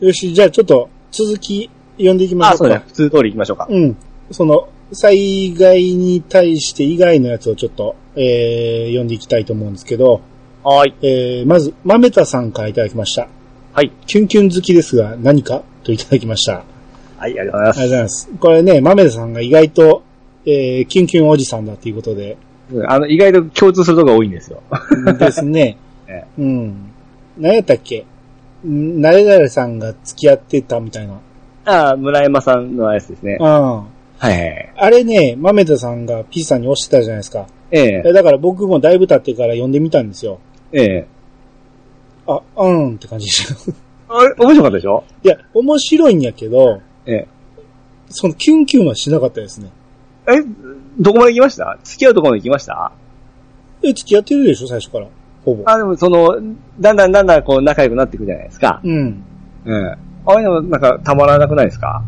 よし、じゃあちょっと続き読んでいきましょあ、うか。そうね。普通通り行きましょうか。うん。その、災害に対して以外のやつをちょっと、えー、読んでいきたいと思うんですけど、はーい。えー、まず、まめたさんからいただきました。はい。キュンキュン好きですが、何かといただきました。はい、ありがとうございまありがとうございます。これね、まめたさんが意外と、えー、キュンキュンおじさんだっていうことで、す。うんあの、意外と共通するとこが多いんですよ。ですね え。うん。何やったっけん誰々さんが付き合ってたみたいな。ああ、村山さんのやつですね。うん。はいはいはい。あれね、まめたさんがピーさんに押してたじゃないですか。ええ、えだから僕もだいぶ経ってから読んでみたんですよ。ええ。あ、うんって感じでした。 あれ、面白かったでしょいや、面白いんやけど、ええ。そのキュンキュンはしなかったですね。え、どこまで行きました付き合うところまで行きましたえ、付き合ってるでしょ、最初から。ほぼ。あ、でもその、だんだんだんだんこう仲良くなっていくじゃないですか。うん。うん。ああいうのなんかたまらなくないですか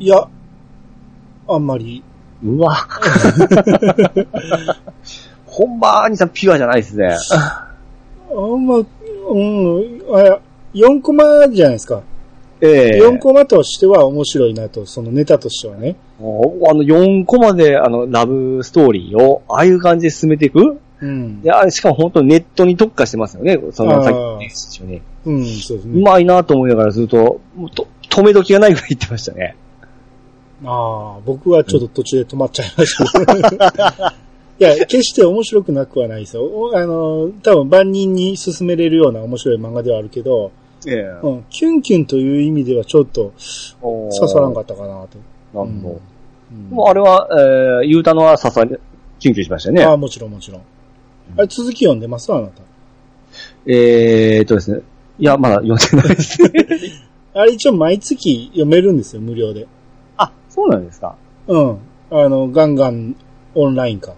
いや、あんまり。うわ。 ほんま、兄さんピュアじゃないですね。あんま、うん、あ4コマじゃないですか。ええ4コマとしては面白いなと、そのネタとしてはね。もうあの、4コマで、あの、ラブストーリーを、ああいう感じで進めていくうんで、。あれしかも本当にネットに特化してますよね。そあの、ーさっきのね一緒に。うん、そうですうね。まいなと思いながらずっと、もうと、止め時がないぐらい言ってましたね。ああ、僕はちょっと途中で止まっちゃいましたけ ど。いや、決して面白くなくはないですよ。おあの、多分万人に勧めれるような面白い漫画ではあるけど、ええうん、キュンキュンという意味ではちょっと刺さらんかったかなと。なるほど。うんもうあれは、えー、ゆうたのは刺さり、キュンキュンしましたよね。ああ、もちろんもちろん。あれ続き読んでますあなた。えーっとですね。いや、まだ読んでな いですね。あれ一応毎月読めるんですよ、無料で。あ、そうなんですか。うん。あの、ガンガンオンラインか。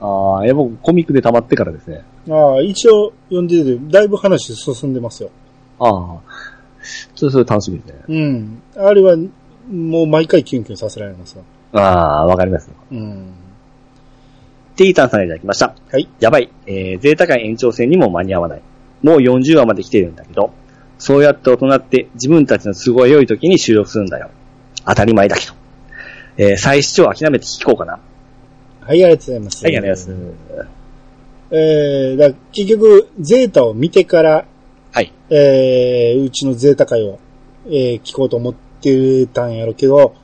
ああ、いや、僕、コミックで溜まってからですね。ああ、一応読んでて、だいぶ話進んでますよ。ああ。それ、それ楽しみですね。うん。あれは、もう毎回キュンキュンさせられますわ。ああ、わかりますよ。うん。ティータンさんいただきました。はい。やばい。えー、ゼータ界延長戦にも間に合わない。もう40話まで来てるんだけど、そうやって大人って自分たちの都合良い時に収録するんだよ。当たり前だけど。えー、再視聴を諦めて聞こうかな。ははい、ありがとうございます。い、ありがとうございます。えー、だ結局、ゼータを見てから、はい。えー、うちのゼータ会を、えー、聞こうと思ってたんやろうけど、も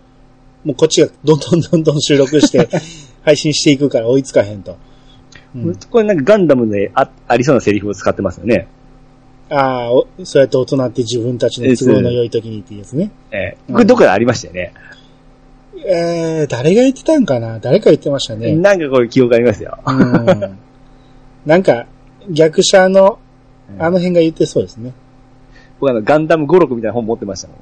うこっちがどんどんどんどん収録 して、配信していくから追いつかへんと。うん、これなんかガンダムであありそうなセリフを使ってますよね。ああ、おそうやって大人って自分たちの都合の良い時にっていうやつね。えー、これどこかでありましたよね。えー、誰が言ってたんかな誰か言ってましたね。なんかこういう記憶がありますよ。うんなんか、逆者の、うんあの辺が言ってそうですね。僕あの、ガンダム語録みたいな本持ってましたもん。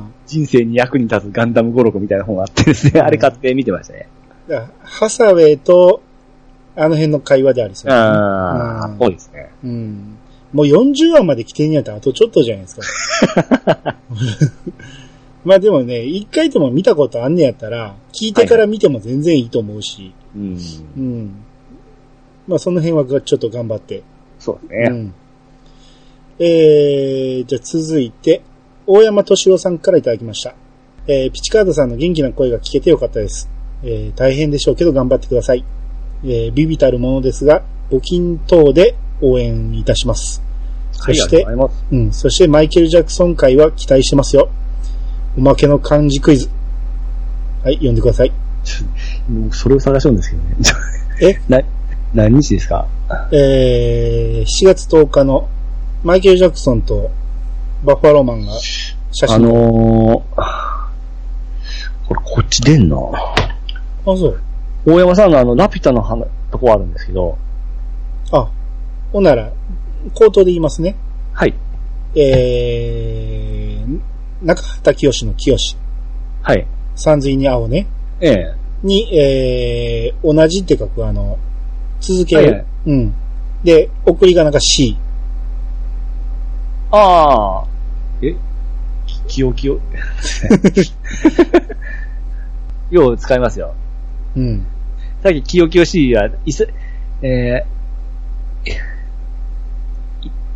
あ人生に役に立つガンダム語録みたいな本があってですね、あれ買って見てましたね。あ。だからハサウェイと、あの辺の会話でありそうですね、あうんあ、多いですね。うん。もう40話まで来てんやったらあとちょっとじゃないですか。 まあでもね、一回でも見たことあんねやったら、聞いてから見ても全然いいと思うし、うん。うん。まあその辺はがちょっと頑張って。そうですうね。ん。えー、じゃあ続いて、大山敏夫さんからいただきました。えー、ピチカードさんの元気な声が聞けてよかったです。えー、大変でしょうけど頑張ってください。えー、ビビたるものですが、募金等で応援いたします。そしてありがとうございますうん。そしてマイケル・ジャクソン会は期待してますよ。おまけの漢字クイズ。はい、読んでください。もうそれを探しようんですけどね。えな、何日ですかえー、7月10日のマイケル・ジャクソンとバッファローマンが写真。あのー、これこっち出んなあ、そう。大山さんのあの、ラピュタの話とこあるんですけど、あ、ほんなら、口頭で言いますね。はい。えー、中畑清の清。はい。三髄に青ね。ええ。に、えー、同じって書く、あの、続ける。はいはいうん。で、送りがなんか C。ああ。えきよき よ。よう使いますよ。うん。さっききよきよしいは、いす、えー、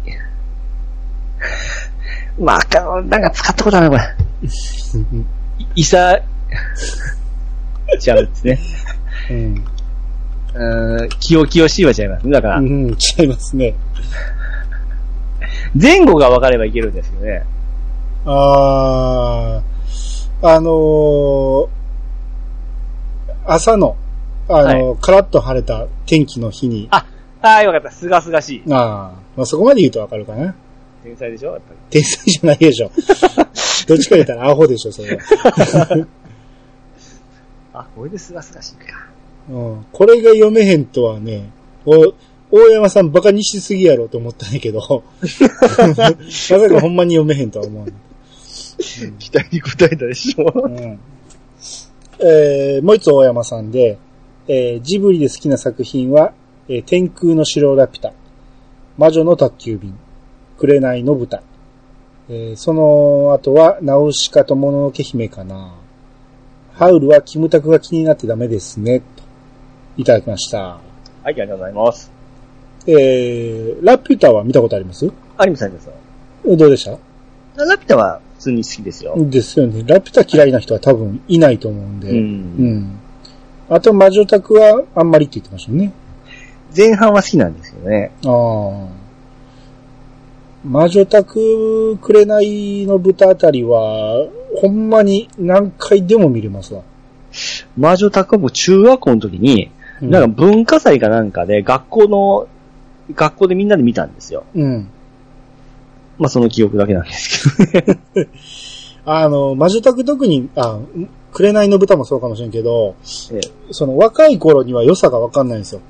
いまあ、かなんか使ったことあるな、これ。うんいいさ、違うんですね。うん。うん、清々しいは違いますね。だから、うん、違いますね。前後が分かればいけるんですけどね。あー、あのー朝の、あのーカラッと晴れた天気の日に、あ、ああ、よかった。すがすがしい。あーまあ、そこまで言うとわかるかな。天才でしょやっぱり。天才じゃないでしょ。 どっちか言ったらアホでしょ、それは。あ、これですがすがしいか。うん。これが読めへんとはね、お、大山さんバカにしすぎやろと思ったんやけど、 まさかほんまに読めへんとは思わない。期待に応えたでしょうんえーもう一つ大山さんで、えージブリで好きな作品は、えー天空の城ラピュタ、魔女の宅急便、紅の豚、えーその後は、ナウシカともののけ姫かな。ハウルはキムタクが気になってダメですね、と。いただきました。はい、ありがとうございます。えー、ラピュタは見たことあります有馬さんですよ。どうでしたラピュタは普通に好きですよ。。ですよね。ラピュタ嫌いな人は多分いないと思うんで。うんん。あと、魔女宅はあんまりって言ってましたね。前半は好きなんですよね。ああ。魔女宅、紅の豚あたりは、ほんまに何回でも見れますわ。魔女宅はもう中学校の時に、うん、なんか文化祭かなんかで学校の、学校でみんなで見たんですよ。うん。まあその記憶だけなんですけどね。あの、魔女宅特に、あ、紅の豚もそうかもしれんけど、ええその若い頃には良さがわかんないんですよ。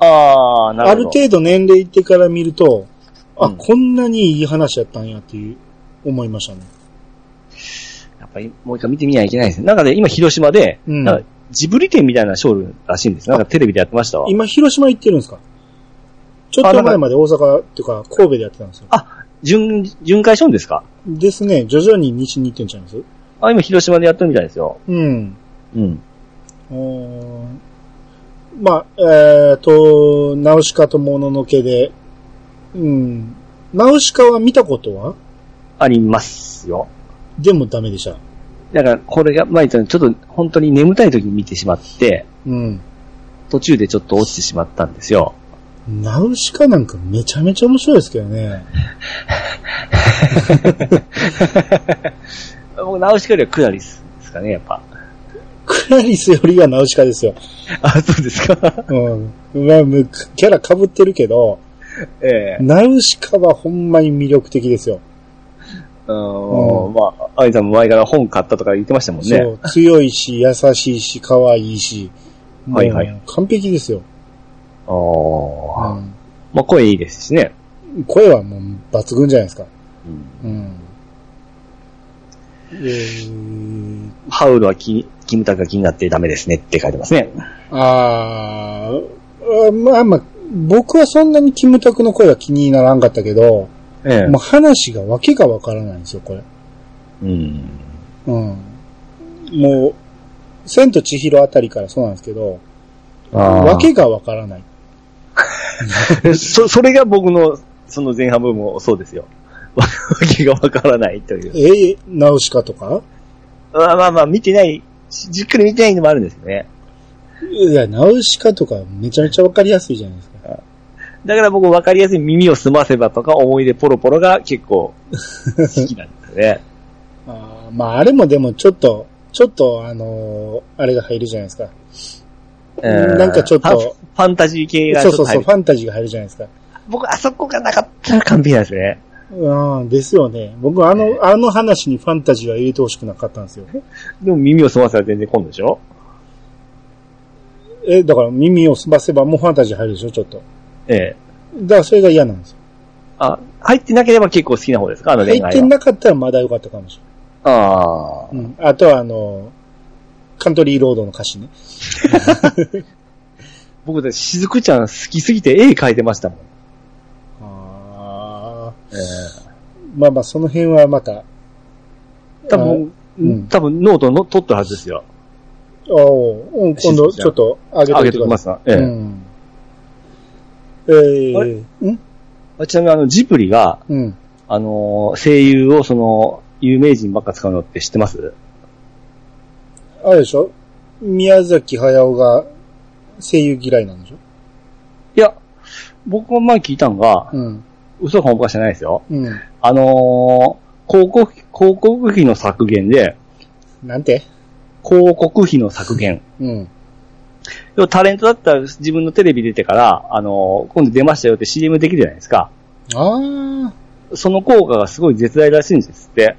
ああ、なあるるほど。程度年齢いってから見ると、あ、うんこんなにいい話やったんやっていう、思いましたね。やっぱりもう一回見てみないといけないですね。なんかね、今広島で、うんなんかジブリ展みたいなショールらしいんですよなんかテレビでやってましたわ。今、広島行ってるんですかちょっと前まで大阪っていうか、神戸でやってたんですよ。巡、巡回ショーですかですね、徐々に西に行ってんちゃいますあ、今広島でやってるみたいですよ。うん。うん。うーんまあ、えっ、と、ナウシカともののけで、うん。ナウシカは見たことはありますよ。でもダメでした。だから、これが、まあ、ちょっと、本当に眠たい時に見てしまって、うん。途中でちょっと落ちてしまったんですよ。ナウシカなんかめちゃめちゃ面白いですけどね。僕、直しかよりはクラリスですかね、やっぱ。クラリスよりはナウシカですよ。あ、そうですか。うん。まあ、むキャラ被ってるけど、 ええナウシカはほんまに魅力的ですよ。うーん、まあ、アイさんも前から本買ったとか言ってましたもんね。そう、強いし、優しいし、可愛いし。はいはいもう完璧ですよ。ああ、うんまあ、声いいですしね。声はもう抜群じゃないですか。うんうん。えー、ハウルはキキムタクが気になってダメですねって書いてますね。あーあ、まあまあ、僕はそんなにキムタクの声は気にならんかったけど、ええもう話がわけがわからないんですよ、これ。うん。うん。もう、千と千尋あたりからそうなんですけど、わあけがわからない。あ。そ、 それが僕の、その前半部分もそうですよ。 わけがわからないという。えー、ナウシカとかまあまあまあ、見てない、しじっくり見てないのもあるんですよね。いや、ナウシカとかめちゃめちゃわかりやすいじゃないですか。だから僕分かりやすい耳を澄ませばとか思い出ポロポロが結構好きなんですよね。あーまあ、あれもでもちょっと、ちょっとあのーあれが入るじゃないですか。なんかちょっとファンファンタジー系がちそょうそっとうそ入う、るフ。ァンタジーが入るじゃないですか。僕あそこがなかったら完璧なんですね。うん、ですよね。僕はあの、ええあの話にファンタジーは入れてほしくなかったんですよ。でも耳を澄ませば全然今度でしょえ、だから耳をすばせばもうファンタジー入るでしょ、ちょっと。ええ。だからそれが嫌なんですよ。あ、入ってなければ結構好きな方ですかあの入恋って愛は。なかったらまだ良かったかもしああれ。ない。うん。あとはあのーカントリーロードの歌詞ね。僕だってしずくちゃん好きすぎて絵描いてましたもん。あえーまあまあ、その辺はまた。え。多分、あうん多分ノートの取ったはずですよ。あおううん、今度ちょっと上げあげてておおいきてくだまさすな。い。ええ。うん。えあれー、んあちなみにあのジブリが、うん。あのー声優をその、有名人ばっか使うのって知ってますあれでしょ宮崎駿が声優嫌いなんでしょいや、僕も前聞いたのが、うん。嘘かもかしてないですよ。うん。あのー広告、広告費の削減で、なんて広告費の削減。うん。要はタレントだったら自分のテレビ出てから、あのー今度出ましたよって CM できるじゃないですか。あその効果がすごい絶大らしいんですって。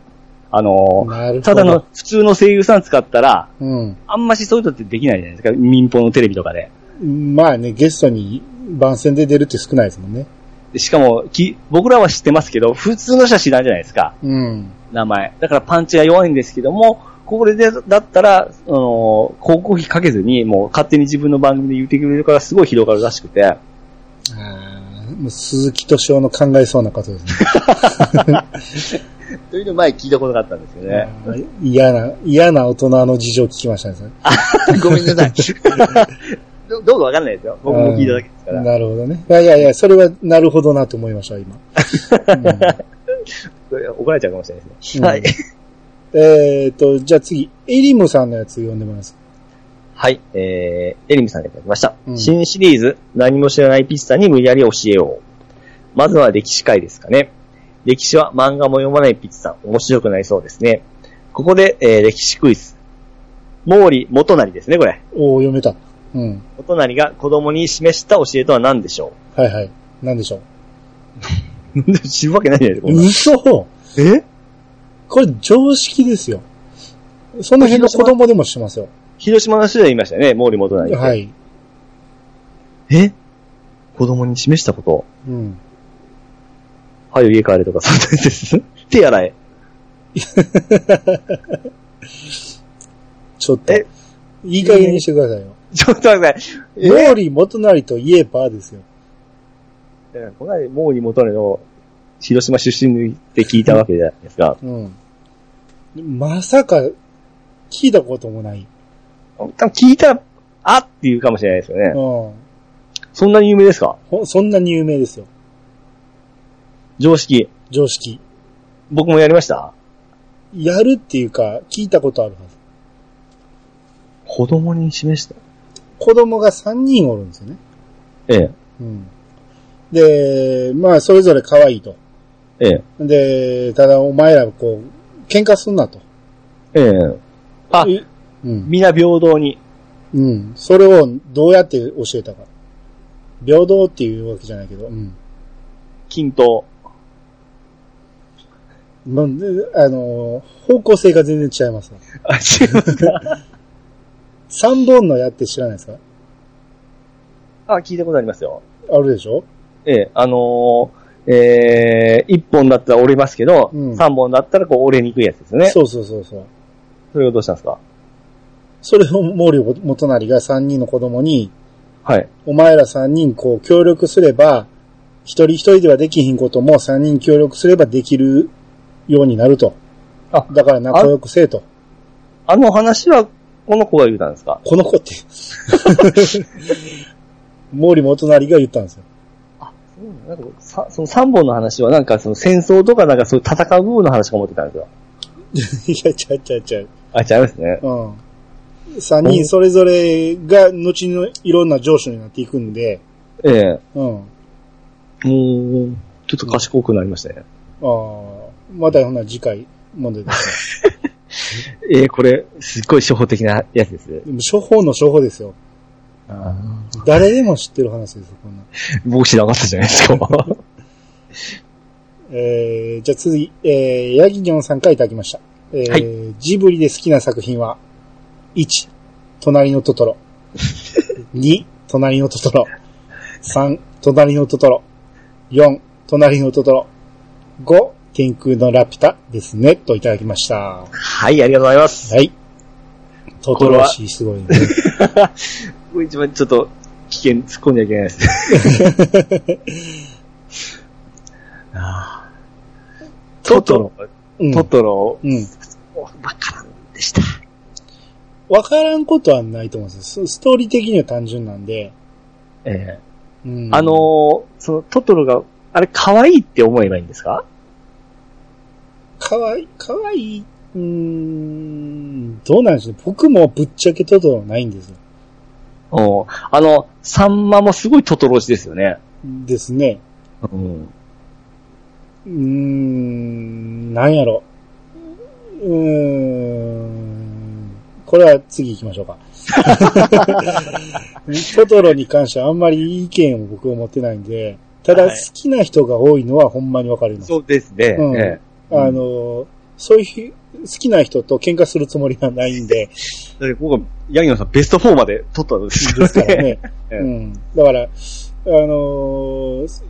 ああ、のーなるほど。ただの、普通の声優さん使ったら、うあんましそういうのってできないじゃないですか。民放のテレビとかで。ん。まあね、ゲストに番宣で出るって少ないですもんね。でしかもき、僕らは知ってますけど、普通の人は知らんじゃないですか。うん。名前。だからパンチが弱いんですけども、これで、だったら、あのー広告費かけずに、もう勝手に自分の番組で言ってくれるからすごい広がるらしくて。あーもう鈴木敏夫の考えそうな方ですね。というの前聞いたことがあったんですよね。あー嫌な、嫌な大人の事情を聞きましたね。それごめんな さい。どどうかわかんないですよ。僕も聞いただけですから。なるほどね。いやいやいや、それはなるほどなと思いました、今。 うんそれ怒られちゃうかもしれないですうんね。はい。えーと、じゃあ次、エリムさんのやつ読んでもらいます。はい、えー、エリムさんがいただきました。うん新シリーズ、何も知らないピッサに無理やり教えよう。まずは歴史回ですかね。歴史は漫画も読まないピッツさん、面白くなりそうですね。ここで、えー、歴史クイズ。毛利元成ですね、これ。おお読めた。うん。元成が子供に示した教えとは何でしょはいはい。なんでしょう。う 知るわけないじゃないですかこんなの。嘘えこれ常識ですよ。その辺の子供でもしてますよ。広島の人で言いましたよね、毛利元成。はい。え子供に示したこと。うん。はい、家帰れとか、そういうやつです。手洗え。ちょっとえ。いい加減にしてくださいよ。ちょっと待ってください。毛利元成といえばですよ。だからこの間、毛利元成の広島出身って聞いたわけじゃないですか。うん。まさか、聞いたこともない。多分聞いたら、あっていうかもしれないですようん。ね。ほそんなに有名ですかそんなに有名ですよ。常識。常識。僕もやりましたやるっていうか、聞いたことあるはず。子供に示した。子供が3人おるんですよね。ええ、うん。で、まあ、それぞれ可愛いと。ええ、で、ただお前らこう、喧嘩すんなと。ええ。あ、えうん。皆平等に。うん。それをどうやって教えたか。平等っていうわけじゃないけど、うん。均等。まあ、であのー、方向性が全然違いますわ。あ、違いますか三本の矢って知らないですか あ、聞いたことありますよ。あるでしょええ、あのー、ええ、一本だったら折れますけど、うん三本だったらこう折れにくいやつですね。そうそうそうそう。それをどうしたんですかそれを毛利元成が三人の子供に、はい。お前ら三人こう協力すれば、一人一人ではできひんことも三人協力すればできるようになると。あだから仲良くせえと。あの話は、この子が言うたんですかこの子って。 毛利元成が言ったんですよ。 うんなんかさその3本の話はなんかその戦争とかなんかそういう戦う部分の話か思ってたんですよ。いや、ちゃうちゃうちゃう。あ、違いますね。うん。三人それぞれが後のいろんな上司になっていくんで、ええ。うん。うん。ちょっと賢くなりましたね。ああ、またほな次回問題です。ええこれ、すっごい初歩的なやつです。でも処方の処方ですよ。誰でも知ってる話ですよ、こんな。僕知らなかったじゃないですか。えー、じゃあ次、えー、ヤギニョンさんからいただきました。えージブリで好きな作品は、1、隣のトトロ。2、隣のトトロ。3、隣のトトロ。4、隣のトトロ。5、天空のラピュタですね、といただきました。ははい、ありがとうございます。い。トトロシーすごいね。これ一番ちょっと危険、突っ込んじゃいけないですね。 トトロ、うんトトロうん。ばっかなんでした。わからんことはないと思うんですよ。スストーリー的には単純なんで。ええうんあのーそのトトロが、あれ可愛いって思えばいいんですかかわいい、かわいい、うーん、どうなんでしょう。僕もぶっちゃけトトロないんですよ。おあの、サンマもすごいトトロしですよね。ですね。うん。うーん、なんやろ。うーん、これは次行きましょうか。 トトロに関してはあんまり意見を僕は持ってないんで、ただは好いきな人が多いのはほんまにわかります。そうですね。うんえうんあの、そういうひ好きな人と喧嘩するつもりはないんで、だって僕、ヤギのさんベスト4まで取ったんですですからね。ええうん。だから、あのー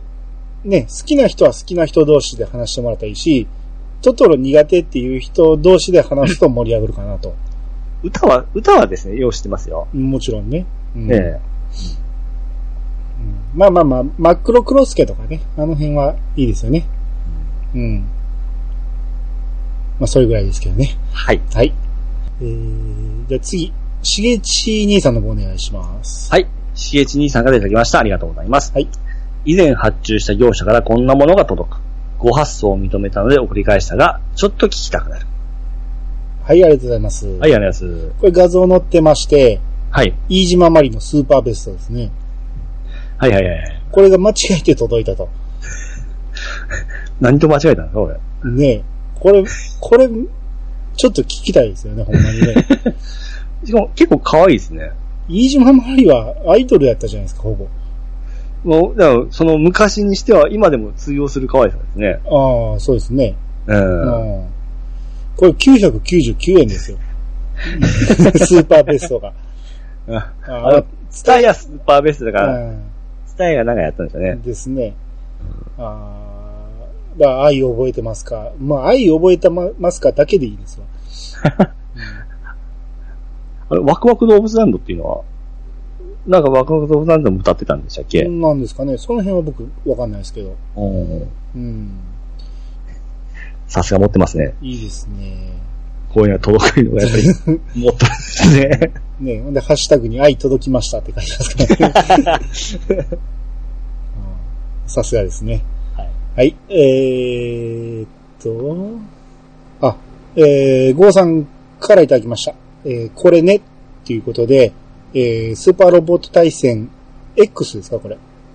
ね、好きな人は好きな人同士で話してもらったらいいし、トトロ苦手っていう人同士で話すと盛り上がるかなと。歌は、歌はですね、よう知ってますよ。もちろんね。うんええうんまあまあまあ、マックロクロスケとかね、あの辺はいいですよね。うん。まあ、それぐらいですけどね。はい。はい。えー、じゃあ次、しげち兄さんの方お願いします。はい。CH 兄さんからいただきました。ありがとうございます。はい。以前発注した業者からこんなものが届く。ご発送を認めたので送り返したが、ちょっと聞きたくなる。はい、ありがとうございます。は。い、ありがとうございます。これ画像載ってまして、はい。飯島マリのスーパーベストですね。はいはいはい。これが間違えて届いたと。何と間違えたんですか、俺。ねえ。これ、これ、ちょっと聞きたいですよね、ほんま にね。しかも結構可愛いですね。飯島マリはアイドルやったじゃないですか、ほぼ。もう、だからその昔にしては今でも通用する可愛さですね。ああ、そうですね。う。うんん。これ999円ですよ。 スーパーベストが。ああのあ、、スタイヤスーパーベストだから、うスタイヤなんかやったんですよねん。ですね。ああ、だから愛覚えてますか。まあ、愛覚えてまますかだけでいいですわ。あれ、ワクワク動物ランドっていうのは、なんかワクワク動物ランドも歌ってたんでしたっけ、なんですかね。その辺は僕、わかんないですけど。うんうん。さすが持ってますね。いいですね。こういうのは届くのがやっぱり、持ってますね。ねほんで、ハッシュタグに愛届きましたって書いてますからね。 うんさすがですね。はい。はい、えー、っと、あ、えー、ゴーさんからいただきました。えー、これね、っていうことで、えー、スーパーロボット対戦 X ですか、これ。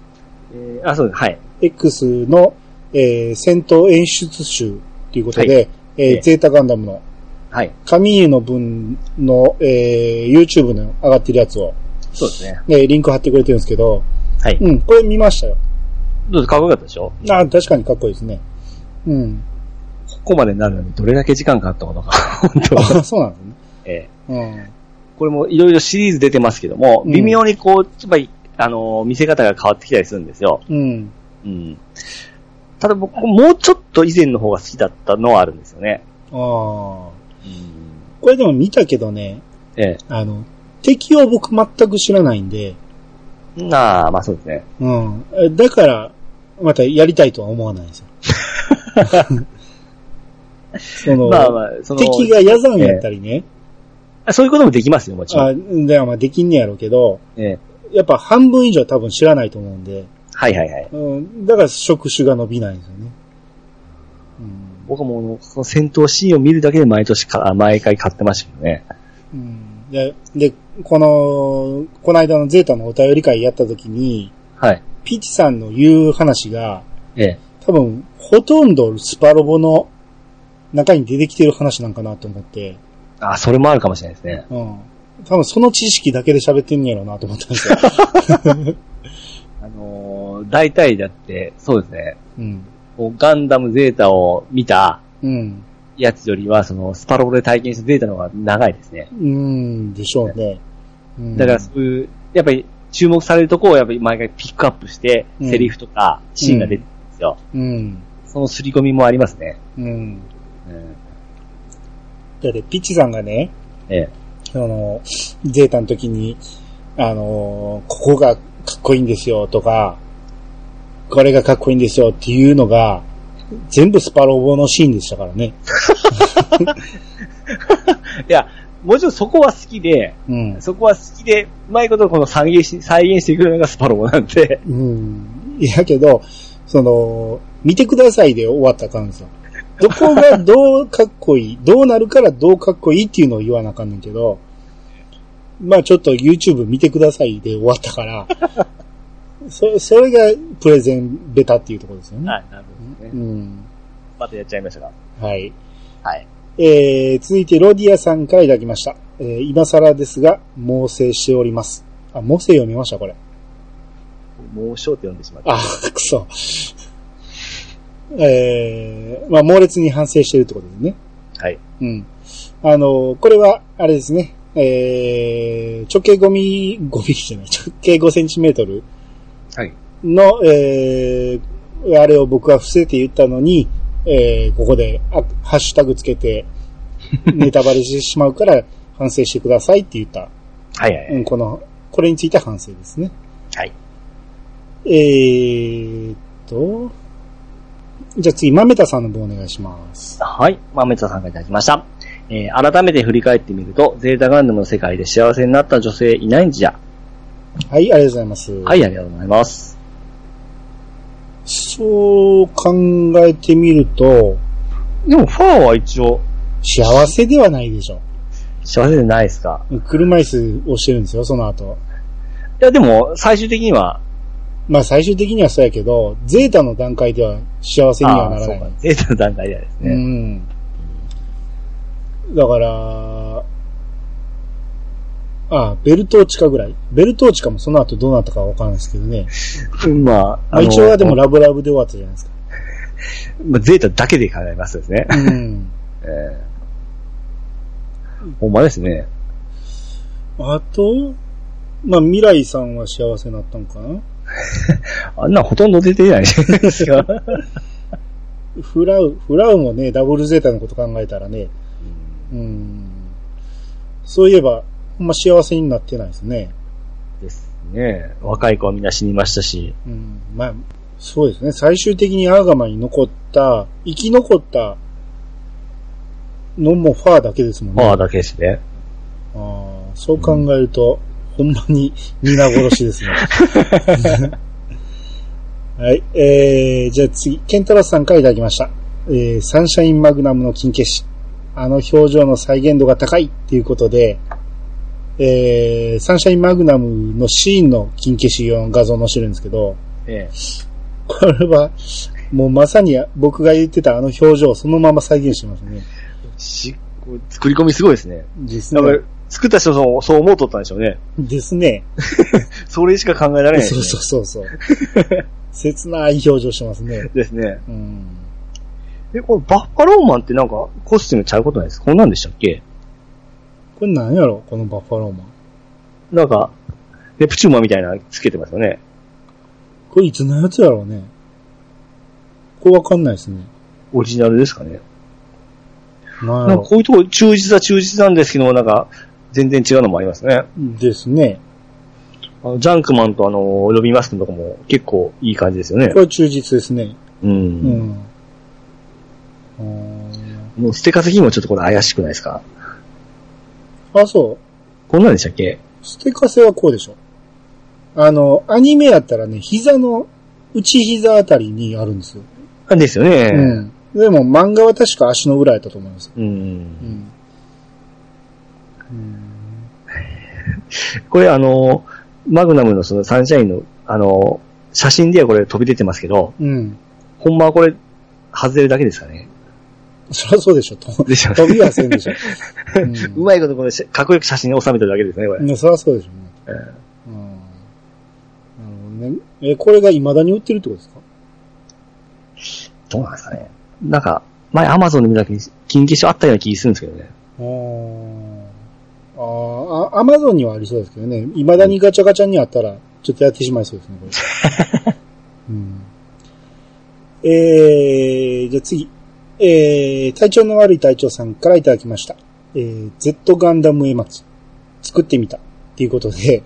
えーあ、そうです。はい。 X の、えー、戦闘演出集ということで、はええーえゼータガンダムのはい。神湯の分の、えー、YouTube の上がってるやつを、そうですね。ね、リンク貼ってくれてるんですけど、はい。うん、これ見ましたよ。どうですかかっこよかったでしょあー確かにかっこいいですね。 うん。ここまでなるのにどれだけ時間かかったこと か。本当あそうなんですね。えうん。ーこれもいろいろシリーズ出てますけども、うん微妙にこう、やっぱり、あのー見せ方が変わってきたりするんですよ。うん。うん。ただ僕、もうちょっと以前の方が好きだったのはあるんですよね。ああ。これでも見たけどね、えあの、敵を僕全く知らないんで、え。なあ、まあそうですね。うん。えだから、またやりたいとは思わないん ですよ。その、まあまあ、その、敵がヤザンやったりね、あそういうこともできますよ、もちろん。あ、ではまあできんねやろうけど、ええ。やっぱ半分以上多分知らないと思うんで、はいはいはい。うん、だから触手が伸びないんですよね。うん僕はもう、その戦闘シーンを見るだけで毎年か、あ毎回買ってましたけどね。うん、でで、この、この間のゼータのお便り会やった時に、はい。ピチさんの言う話が、ええ。多分、ほとんどスパロボの中に出てきてる話なんかなと思って、あ、それもあるかもしれないですね。うん。多分その知識だけで喋ってんねやろうなと思ったん ですよ。あのー、大体だって、そうですね。うん。こうガンダムゼータを見たうん。やつよりは、その、スパロボで体験したゼータの方が長いですね。うん、でしょうね。うんだからそういう、やっぱり注目されるとこをやっぱり毎回ピックアップして、うんセリフとかシーンが出てくるんですよ。うん。その刷り込みもありますね。うん。うん。だって、ピッチさんがね、ええ。あの、ゼータの時に、あの、ここがかっこいいんですよとか、これがかっこいいんですよっていうのが、全部スパロボのシーンでしたからね。いや、もちろんそこは好きで、うん。そこは好きで、うまいことこの再現し、再現していくのがスパロボなんで。うん。いやけど、その、見てくださいで終わったらあかんですよ。どこがどうかっこいい、どうなるからどうかっこいいっていうのを言わなあかんねんけど、まあちょっと YouTube 見てくださいで終わったから、そ、それがプレゼンベタっていうところですよね。はい、なるほどうね。ん。またやっちゃいましたが。はい。はい。えー、続いてロディアさんからいただきました。えー、今更ですが、猛省しております。あ、猛省読みました、これ。もうショーって読んでしまった。あ、くそ。えー、まあ、猛烈に反省してるってことですね。はい。うん。あの、これは、あれですね、えー、直径5ミリ、5ミリじゃない、直径5センチメートルはい。の、えー、あれを僕は伏せて言ったのに、えー、ここで、あハッシュタグつけ て、ネタバレしてしまうから、反省してくださいって言った、はいはいはうい。ん、この、これについて反省ですね。はい。えーっと、じゃあ次、豆田さんの方お願いします。はい。まめたさんがいただきました。えー改めて振り返ってみると、ゼータガンダムの世界で幸せになった女性いないんじゃ。はい、ありがとうございます。はい、ありがとうございます。そう考えてみると、でも、ファーは一応、幸せではないでしょ。幸せじゃないですか。車椅子をしてるんですよ、その後。いや、でも、最終的には、まあ最終的にはそうやけど、ゼータの段階では幸せにはなあーらそなうい。か、ゼータの段階ではですうね。ん。だから、あ、ベルトーチカぐらい。ベルトーチカもその後どうなったかわからないですけどね。まあ、まああの一応はでもラブラブで終わったじゃないですか。まあゼータだけで考えますとですね。うん。えー、ほんまですね。あと、まあ未来さんは幸せになったんかなあんなほとんど出てないじゃないです か。フラウ、フラウもね、ダブルゼータのこと考えたらね、うん。そういえば、ほんま幸せになってないですね。です。ねえ、若い子はみんな死にましたし、うん。まあ、そうですね。最終的にアーガマに残った、生き残ったのもファーだけですもんフね。ァーだけですね。あーそう考えると、ほんまに皆殺しですね。はい。えー、じゃあ次、ケンタロスさんからいただきました。えー、サンシャインマグナムの金消し。あの表情の再現度が高いっていうことで、えー、サンシャインマグナムのシーンの金消し用の画像を載せてるんですけど、ええ。これは、もうまさに僕が言ってたあの表情をそのまま再現してますね。し、こう作り込みすごいですね。ですだからね。、作った人そうそう思うとったんでしょうね。ですね。それしか考えられないですそね。うそうそうそう。 切ない表情してますね。ですね。うん。え、これバッファローマンってなんかコスチュームちゃうことないですこんなんでしたっけこれなんやろこのバッファローマン。なんか、ネプチューマンみたいなのつけてますよね。これいつのやつやろうね。これわかんないですね。オリジナルですかね。なんなやんかろこういうとこ忠実は忠実なんですけども、なんか、全然違うのもありますね。ですね。あのジャンクマンとあの、ロビンマスクのとこも結構いい感じですよねこ。れ忠実ですね。う。うんん。あーもうステカ的にもちょっとこれ怪しくないですかあ、そう。こんなんでしたっけ捨てかせはこうでしょ。あの、アニメやったらね、膝の、内膝あたりにあるんですよ。あですよね。うん。でも漫画は確か足の裏やったと思います。うん。うん。これあの、マグナムのそのサンシャインの、あの、写真ではこれ飛び出てますけど、うん。ほんまはこれ、外れるだけですかね。そりゃそうでしょ。とでしょ飛びはせんでしょ。 うまいことこのし、かっこよく写真に収めてるだけですね、これ。ね、そりゃそうでしょうね。えうん。なるほどね。え、これが未だに売ってるってことですかどうなんですかね。なんか、前アマゾンで見た時に、金消しあったような気するんですけどね。あーあー、あアマゾンにはありそうですけどね。未だにガチャガチャにあったら、ちょっとやってしまいそうですね、こ れ。うん、えー、じゃあ次。えー、体調の悪い隊長さんからいただきました。えー、Z ガンダム絵巻。作ってみた。っていうことで、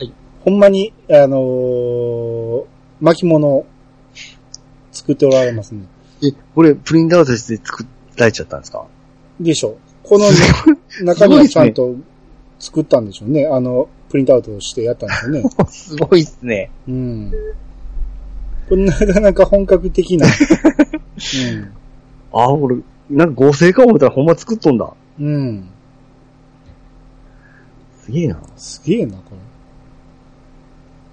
はいほんまに、あのー巻物を作っておられますね。え、これ、プリントアウトして作られちゃったんですかでしょう。この中身はちゃんと作ったんでしょうね。あの、プリントアウトしてやったんですよね。 すごいっすね。 うん。これなかなか本格的な。うん。あ、俺、なんか合成か思ったらほんま作っとんだ。うん。すげえな。すげえな、これ。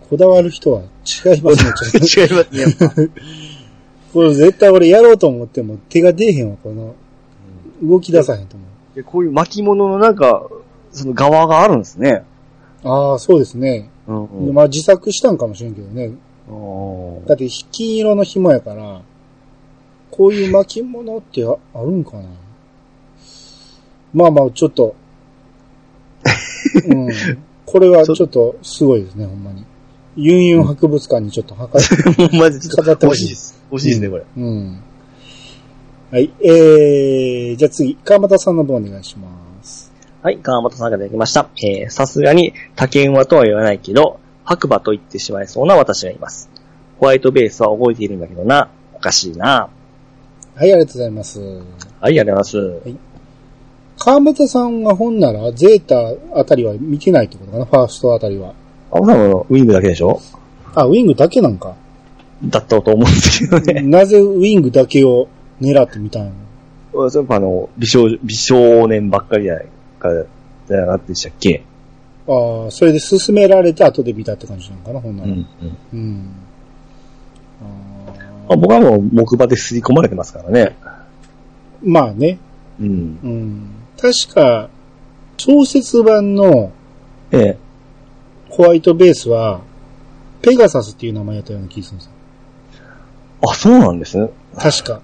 こだわる人は違 いますね、ちょっと。違いますね。これ絶対俺やろうと思っても手が出えへんわ、この。動き出さへんと思 で、こういう巻物のなんか、その側があるんですね。う。ああ、そうですね。うんうん。まあ自作したんかもしれんけどね。あだって金色の紐やから、こういう巻物ってああるんかなまあまあ、ちょっと。うん。これは ちょっとすごいですね、ほんまに。ユンユン博物館にちょっと測っーもうマジちょっ飾ってとほ欲ししいいです。欲しいですね、これ。うん。はい。えー、じゃあ次、川端さんの方お願いします。はい、川本さんがいただきました。えー、さすがに他県はとは言わないけど、白馬と言ってしまいそうな私がいます。ホワイトベースは覚えているんだけどな。おかしいな。はい、ありがとうございます。はい、ありがとうございます。川端さんが本なら、ゼータあたりは見てないってことかな、ファーストあたりは。あ、おさんもウィングだけでしょあ、ウィングだけなんか。だったと思うんですけどね。なぜウィングだけを狙ってみたんやそれもあの、美少、美少年ばっかりじゃないか、じゃなかったでしたっけああ、それで進められて後で見たって感じなのかな、ほんなうら。ん、うん。うん。あまあ、ー僕はもう木馬で刷り込まれてますからね。まあね、うん。うん。確か、小説版のええ。ホワイトベースは、ペガサスっていう名前やったような気がするんですよ。あ、そうなんですね。確か。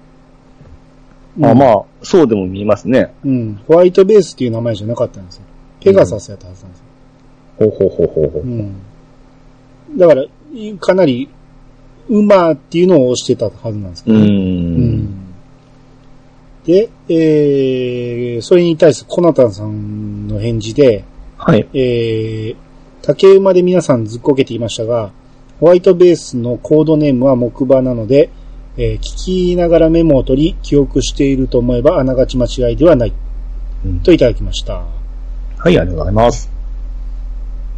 ああ。まあ、そうでも見えますね。うん。ホワイトベースっていう名前じゃなかったんですよ。ペガサスやったはずなんですよ。ほうほうほうほうほうう。ん。だから、いかなり、馬っていうのを押してたはずなんですけう。ど、うんんで、えー、それに対するコナタンさんの返事で、はい。えー、竹馬で皆さんずっこけていましたが、ホワイトベースのコードネームは木馬なので、えー聞きながらメモを取り、記憶していると思えばあながち間違いではない、うんといただきました。はい、ありがとうございます。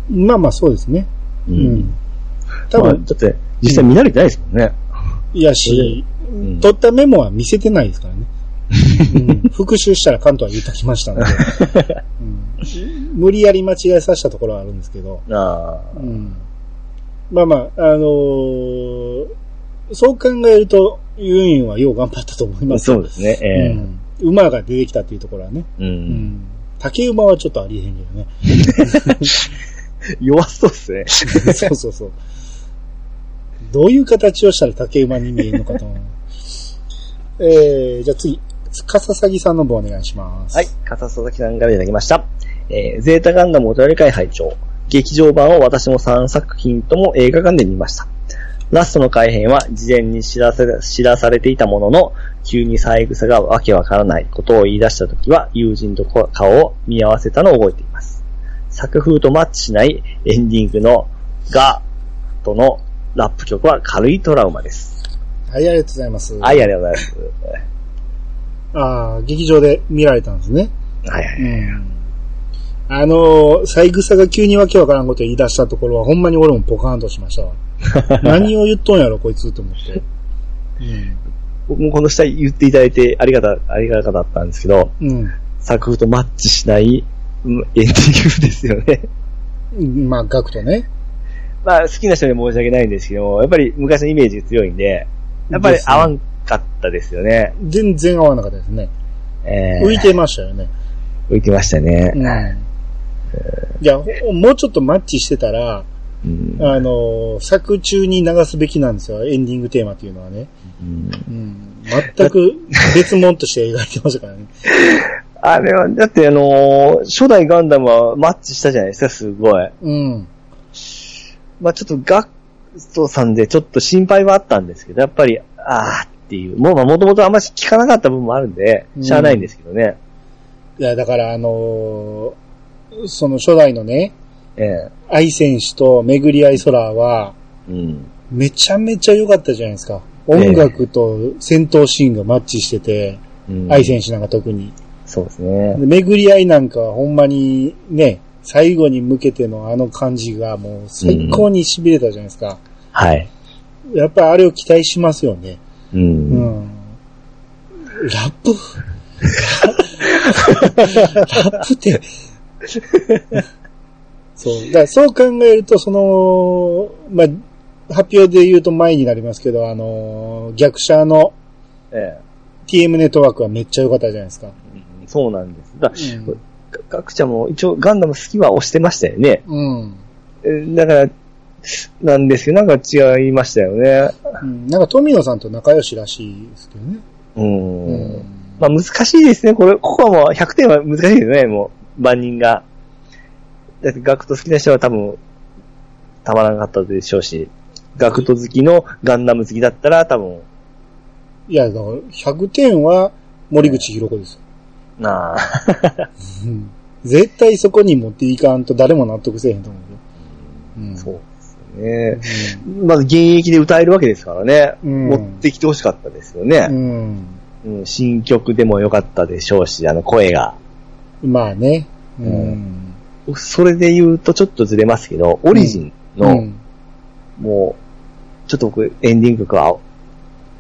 まあまあそうですね。ううん。。多多分、分、だって、実際見られてないですもんね。いやし、ん取ったメモは見せてないですからね。 うん復習したら関東は言っときましたので、うん無理やり間違えさせたところはあるんですけど、ああ。うんまあまあ、あのーそう考えると、ユンユンはよう頑張ったと思います。そうですね。うえん馬が出てきたっていうところはね。え。う。うんん竹馬はちょっとありえへんけどね。弱そうです ね。そうそうそう。どういう形をしたら竹馬に見えるの かと思う。えー、じゃあ次、かささぎさんの方お願いします。はい。。片佐々木さんからいただきました。えー、ゼータガンダムお便り会拝聴劇場版を私も3作品とも映画館で見ました。ラストの改編は事前に知らせ、知らされていたものの、急に三枝がわけわからないことを言い出したときは、友人と顔を見合わせたのを覚えています。作風とマッチしないエンディングのガーとのラップ曲は軽いトラウマです。はい、ありがとうございます。はい、ありがとうございます。ああ、劇場で見られたんですね。はいはうい。ん。あのー、三枝が急にわけわからんことを言い出したところは、ほんまに俺もポカーンとしま したわ。何を言っとんやろ、こいつと思って。僕もこの下言っていただいてありがた、ありがたかったんですけど、うん。作風とマッチしないうんエンディングですよね。うん。まあ、ガクトね。 まあ、好きな人には申し訳ないんですけども、やっぱり昔のイメージが強いんで、やっぱり合わんかったですよね。全然合わなかったですね。え浮いてましたよね。ー、浮いてましたね。いや、ほもうちょっとマッチしてたら、うんあの、作中に流すべきなんですよ、エンディングテーマっていうのはね。うんうん、全く別物として描いてましたからね。あれは、だってあのー初代ガンダムはマッチしたじゃないですか、すごい。うん。まあちょっとガットさんでちょっと心配はあったんですけど、やっぱり、あーっていう、もうまあもともとあんまり聞かなかった部分もあるんで、しゃあないんですけどね。いや、だからあのーその初代のね、え愛選手と巡り合い空は、えうん。めちゃめちゃ良かったじゃないですか。音楽と戦闘シーンがマッチしてて、うん愛選手なんか特に。そうですね。で巡り合いなんかはほんまにね、最後に向けてのあの感じがもう最高に痺れたじゃないですか。はい。やっぱあれを期待しますよね。う。うんん。ラップラップって。そう。だからそう考えると、その、まあ、発表で言うと前になりますけど、あのー逆者のえ TM ネットワークはめっちゃ良かったじゃないですか。えそうなんです。だか各社も一応ガンダム好きは押してましたよね。うん。えだから、なんですよ。なんか違いましたよね。うん。なんか富野さんと仲良しらしいですけどね。うん。うん。まあ難しいですね。これ、ここはもう100点は難しいですね。もう、万人が。だって、ガクト好きな人は多分、たまらなかったでしょうし、ガクト好きのガンダム好きだったら多分、いや、だから100点は森口博子ですよ。なあ、うん絶対そこに持っていかんと誰も納得せえへんと思うよ。うん。そうですよね。まず現役で歌えるわけですからね。うん持ってきてほしかったですようね、ん。うん新曲でもよかったでしょうし、あの声が。うん。まあね。うん。それで言うとちょっとずれますけど、オリジンの、うんもう、ちょっと僕、エンディング曲は、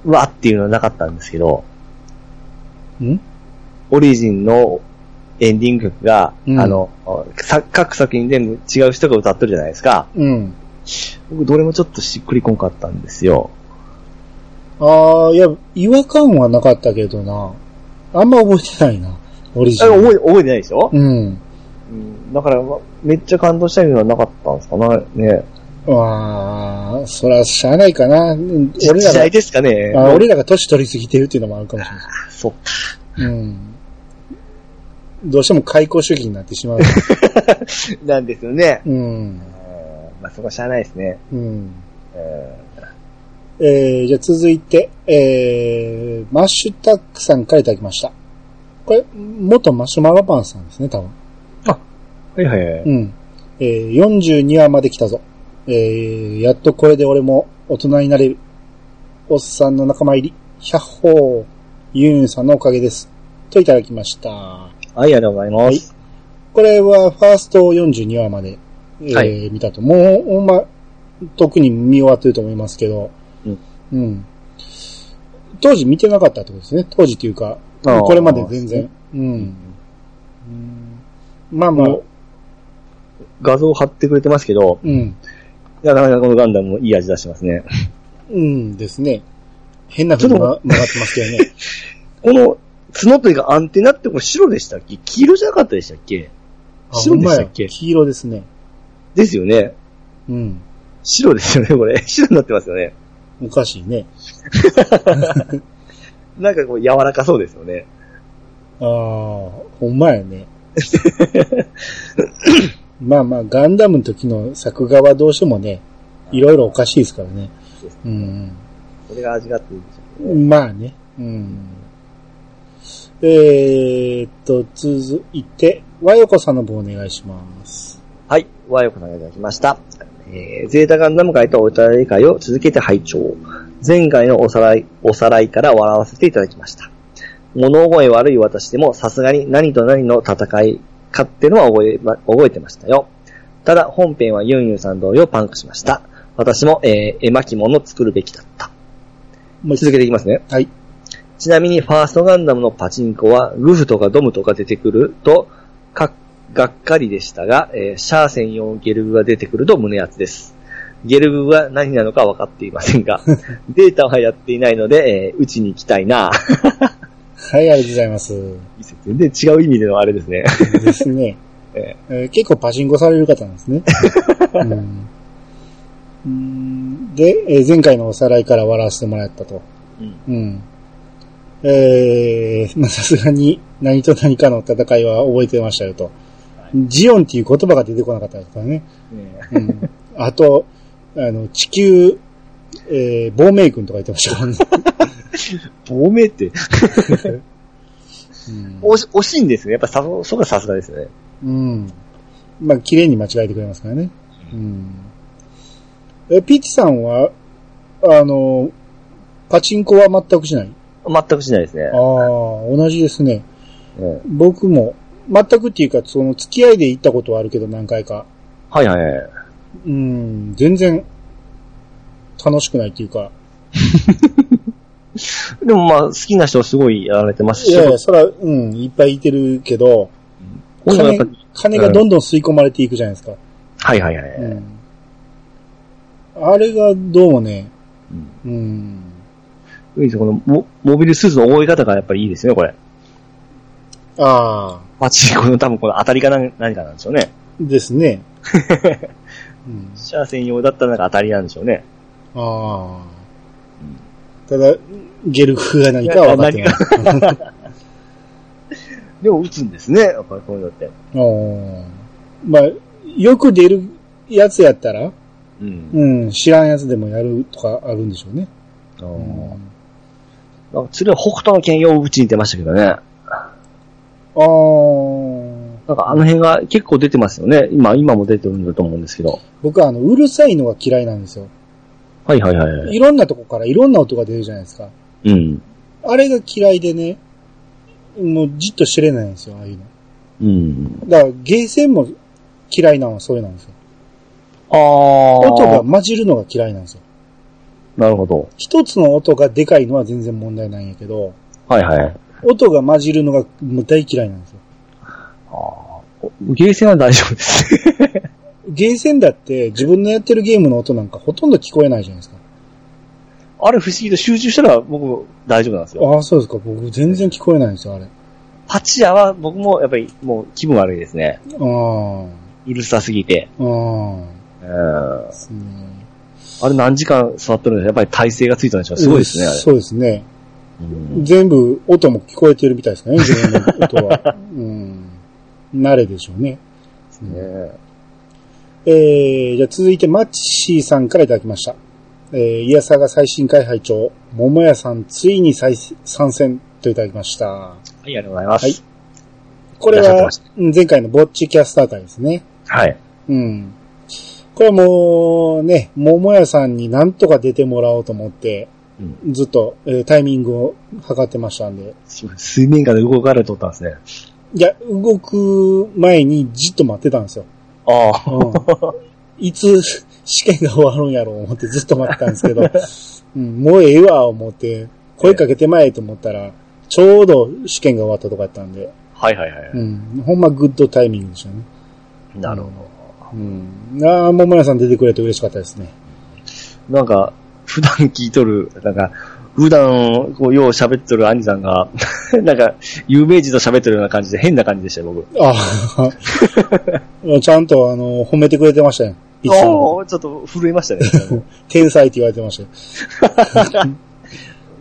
うわっていうのはなかったんですけど、うんオリジンのエンディング曲が、うんあの、さ各作品全部違う人が歌ってるじゃないですか。うん。僕、どれもちょっとしっくりこんかったんですよ。ああ、いや、違和感はなかったけどな。あんま覚えてないな。オリジあナル。覚え、覚えてないでしょ、うん。うんだから、まめっちゃ感動したのはなかったんですかね。ああ、そら、しゃあないかな。うん時俺らが代、ですかね。あ俺らが年取りすぎてるっていうのもあるかもしれない。 そっか。うん。どうしても開口主義になってしまう。なんですよね。うん。うんまあ、そこはしゃあないですね。うん。うんえー、じゃあ続いて、えー、マッシュタックさんからいただきました。これ、元マシュマロパンさんですね、多分。はいはいはい。うん。えー、42話まで来たぞ。えー、やっとこれで俺も大人になれる。おっさんの仲間入り。百歩ユンさんのおかげです。といただきました。はい、ありがとうございます。これはファースト42話まで、えーはい見たと。もう、ほんま、特に見終わってると思いますけど、うんうん。当時見てなかったってことですね。当時っていうか、あーこれまで全然。うん。まあまあ、画像貼ってくれてますけど、うん。なかなかこのガンダムもいい味出してますね。うんですね。変な風に曲が曲がってますけどね。この角というかアンテナってこれ白でしたっけ黄色じゃなかったでしたっけあ 白でしたほんまやっけ黄色ですね。ですよね。うん。白ですよね、これ。 白になってますよね。おかしいね。なんかこう柔らかそうですよね。ああ、ほんまやね。 まあまあ、ガンダムの時の作画はどうしてもね、いろいろおかしいですからね。うん。これが味があっていいんでしょうね。まあね。うん。えー、っと、続いて、和よこさんの方お願いします。はい。和よこさんがいただきました。えー、ゼータガンダム会とお便り会を続けて拝聴。前回のおさらい、おさらいから笑わせていただきました。物覚え悪い私でもさすがに何と何の戦いかってのは覚えま、覚えてましたよ。ただ本編はユンユンさん同様パンクしました。私も、えー、絵巻物を作るべきだった。もう続けていきますね。はい。ちなみにファーストガンダムのパチンコはグフとかドムとか出てくると、か、がっかりでしたが、えーシャーセン4ゲルグが出てくると胸熱です。ゲルグは何なのか分かっていませ んが、データはやっていないので、えー、打ちに行きたいなはい、ありがとうございます。全然違う意味でのあれですね。です ね。ええー結構パチンコされる方なんですね。うんうんで、えー前回のおさらいから笑わせてもらったと。うん。えー、まあさすがに何と何かの戦いは覚えてましたよと。ジオンっていう言葉が出てこなかったですからね。 うん、あと、あの、地球、えー、亡命軍とか言ってました からね。透明って、うん惜し惜しいんですね。やっぱさ、そこがさすがですね。うん。まあ、綺麗に間違えてくれますからね。うん。え、ピッチさんは、あの、パチンコは全くしない全くしないですねああ、。同じですね。うん僕も、全くっていうか、その、付き合いで行ったことはあるけど、何回か。はいはいはい。うん、全然、楽しくないっていうか、でもまあ、好きな人はすごいやられてますいし、やいや、そら、うん、いっぱいいてるけど、俺もやっ金ぱ、金がどんどん吸い込まれていくじゃないですか。はいはいはい。うん。あれがどうもね、うんうん。いいですよこのモモビルスーツの覚え方がやっぱりいいですね、これ。ああ、パチンコの多分この当たりか何何かなんでしょうね。です ね。うん、車専用だったらなんか当たりなんでしょうね。ああ。ただ、ゲルクが何かは分かってない。でも打つんですね、やっぱりこういうのって。 おーまあ、よく出るやつやったら、うん。うん、知らんやつでもやるとかあるんでしょうね。あうーんなんか次は北斗の剣を打ちに出ましたけどね。あーなんかあの辺が結構出てますよね。今、今も出てるんだと思うんですけど。僕はあの、うるさいのが嫌いなんですよ。はいはいはいはいいろんなとこからいろんな音が出るじゃないですか。。うん。あれが嫌いでね、もうじっと知れないんですよ、ああいうの。うん。だから、ゲーセンも嫌いなのはそれなんですよ。ああ。音が混じるのが嫌いなんですよ。なるほど。一つの音がでかいのは全然問題ないんやけど、はいはい。音が混じるのがもう大嫌いなんですよ。あーゲーセンは大丈夫です。ゲーセンだって自分のやってるゲームの音なんかほとんど聞こえないじゃないですか。 あれ不思議と集中したら僕大丈夫なんですよ。ああ、そうですか。僕全然聞こえないんですよ、あれ。あパチ屋は僕もやっぱりもう気分悪いですね。あ、うるさすぎて。あうん。あ、あすね。れ何時間座ってるんですかやっぱり体勢がついたんでしょうすごいですね、あれ。そうですね。うん全部音も聞こえてるみたいですかね、自分の音は。 うん。慣れでしょうね。ねえー、じゃあ続いて、マッシーさんからいただきました。えー、イヤサガ最新会拝長、桃屋さんついに再参戦といただきました。はい、ありがとうございます。はいこれいらっしゃってはまし、うん前回のぼっちキャスター会ですね。はい。うん。これはもうね、桃屋さんになんとか出てもらおうと思って、うん、ずっと、えータイミングを測ってましたんで。水面下で動かれとったんですね。いや、動く前にじっと待ってたんですよ。ああ。うん、いつ試験が終わるんやろう思ってずっと待ってたんですけど、 うん、もうええわ思って、声かけてまえと思ったら、ちょうど試験が終わったとかやったんで、 はいはいはい。うん、ほんまグッドタイミングでしたね。なるほうん。ああ、桃屋さん出てくれて嬉しかったですね。ど。なんか、普段聞いとる、なんか、普段、こう、よう喋っとる兄さんが、 なんか、有名人と喋ってるような感じで変な感じでしたよ、僕。あ あ、ちゃんとあの、褒めてくれてましたね。いつもおーちょっと震えましたね。天才って言われてましたよ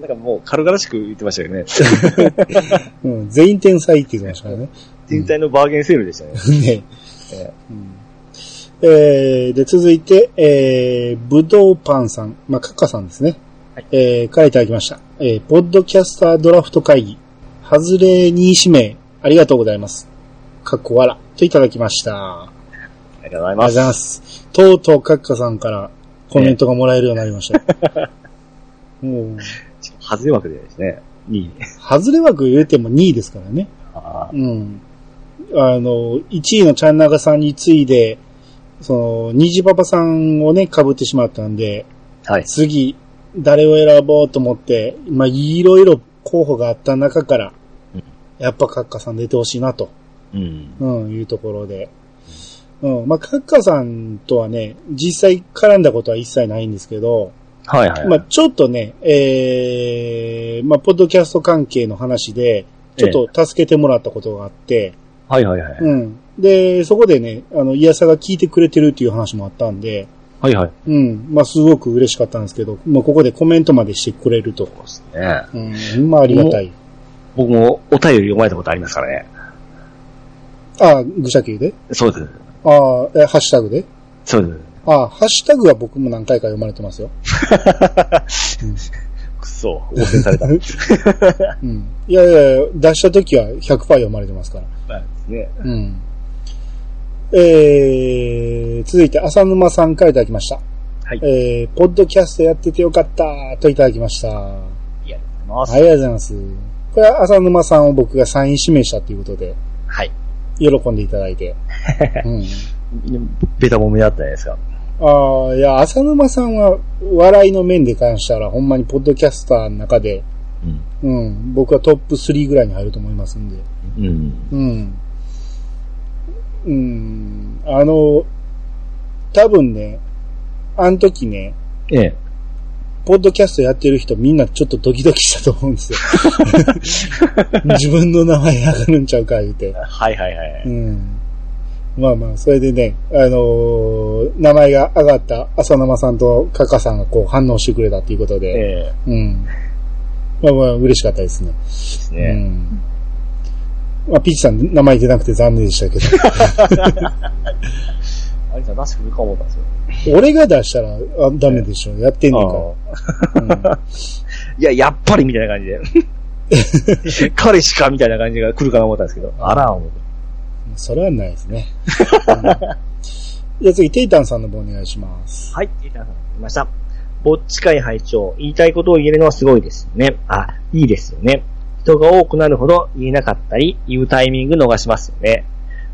なんかもう軽々しく言ってましたよね。うん、全員天才って言ってましたからね。全体のバーゲンセールでしたね。ねえうんえーで、続いて、えー、ぶどうパンさん、まあ、カッカさんですね。はいえー、からいただきました。えー、ポッドキャスタードラフト会議、ハズレ2指名、ありがとうございます。かっこわら、といただきました。あありりがとうございがとうまございす。ます。とうとうカッカさんからコメントがもらえるようになりました。 もう、外れ枠でですね。いい。外れ枠入れても2位ですからね。あうん。あの、1位のチャンナガさんに次いで、その、虹パパさんをね、被ってしまったんで、ーはい。次、誰を選ぼうと思って、まあ、いろいろ候補があった中からうん、やっぱカッカさん出てほしいなと。うん。うん、いうところで。うん、まあ、カッカさんとはね、実際絡んだことは一切ないんですけど、はいはい。まあ、ちょっとね、えー、まあ、ポッドキャスト関係の話で、ちょっと助けてもらったことがあって、はいはいはい。うん。で、そこでね、あの、イヤサが聞いてくれてるっていう話もあったんで、はいはい。うん、まあ、すごく嬉しかったんですけど、まあ、ここでコメントまでしてくれると。ねうん、まあ、ありがたい。僕もお便り読まれたことありますからね。ああ、ぐしゃきゅうでそうです。ああ、えハッシュタグでそうです。ああ、ハッシュタグは僕も何回か読まれてますよ。くそ、応戦された。で うん。いやいやいや、出した時は100%読まれてますから。すね。うん。えー、続いて、浅沼さんからいただきました。はいえー、ポッドキャストやっててよかったといただきました。いや、まありがとうございます。これは浅沼さんを僕がサイン指名したということで、はい。喜んでいただいて。うん、ベタ褒めだったじゃないですか。ああ、いや、浅沼さんは、笑いの面で関したら、ほんまにポッドキャスターの中で、うん。うん、僕はトップ3ぐらいに入ると思いますんで。うん。うん。うん、あの、多分ね、あの時ね、ええ。ポッドキャストやってる人みんなちょっとドキドキしたと思うんですよ。 自分の名前上がるんちゃうか、言うて。はいはいはい。うん。まあまあ、それでね、あのー名前が上がった浅沼さんとカカさんがこう反応してくれたということで、ええ。うん。まあまあ、嬉しかったですね。ですうね。ん。まあ、ピーチさん名前出なくて残念でしたけど、あれさん出してくるか思ったんですよ。俺が出したらあダメでしょ。やってんねんから。うん いや、やっぱりみたいな感 じで。彼しかみたいな感じが来るかな思ったんですけど。あら、思って。それはないですね。うんじゃあ次、テイタンさんの方お願いします。はい、データさん、来ました。ぼっち会拝聴言いたいことを言えるのはすごいですよね。あ、いいですよね。人が多くなるほど言えなかったり、言うタイミング逃しますよね。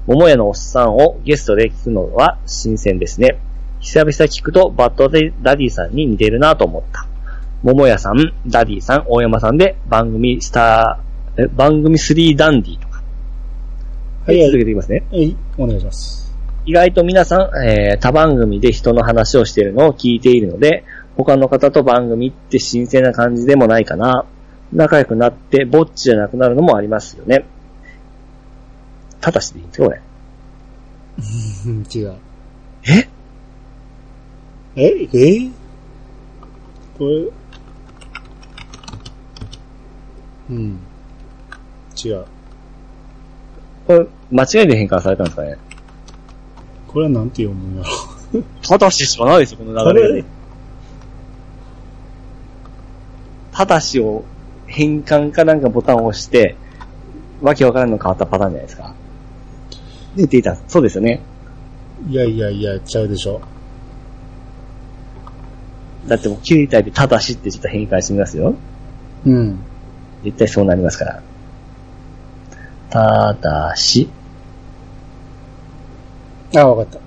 桃屋のおっさんをゲストで聞くのは新鮮ですね。久々聞くとバッドダディさんに似てるなと思った。桃屋さん、ダディさん、大山さんで番組スター、え番組3ダンディとか。ははい、い、続はけていきますね。い、お願いします。意外と皆さん、えー、他番組で人の話をしているのを聞いているので、他の方と番組って新鮮な感じでもないかな。仲良くなって、ぼっちじゃなくなるのもありますよね。ただしでいいんですか、これ。うん違う。えええこれ、うん。違う。これ、間違いで変換されたんですかね。これはなんて読むんやろ。ただししかないですよ、この流れがねこ。ただしを変換かなんかボタンを押して、わけわからんの変わったパターンじゃないですか。で、データ、そうですよね。いやいやいや、ちゃうでしょ。だってもう9体でただしってちょっと変換してみますよ。うん。絶対そうなりますから。ただし。あ、わかっ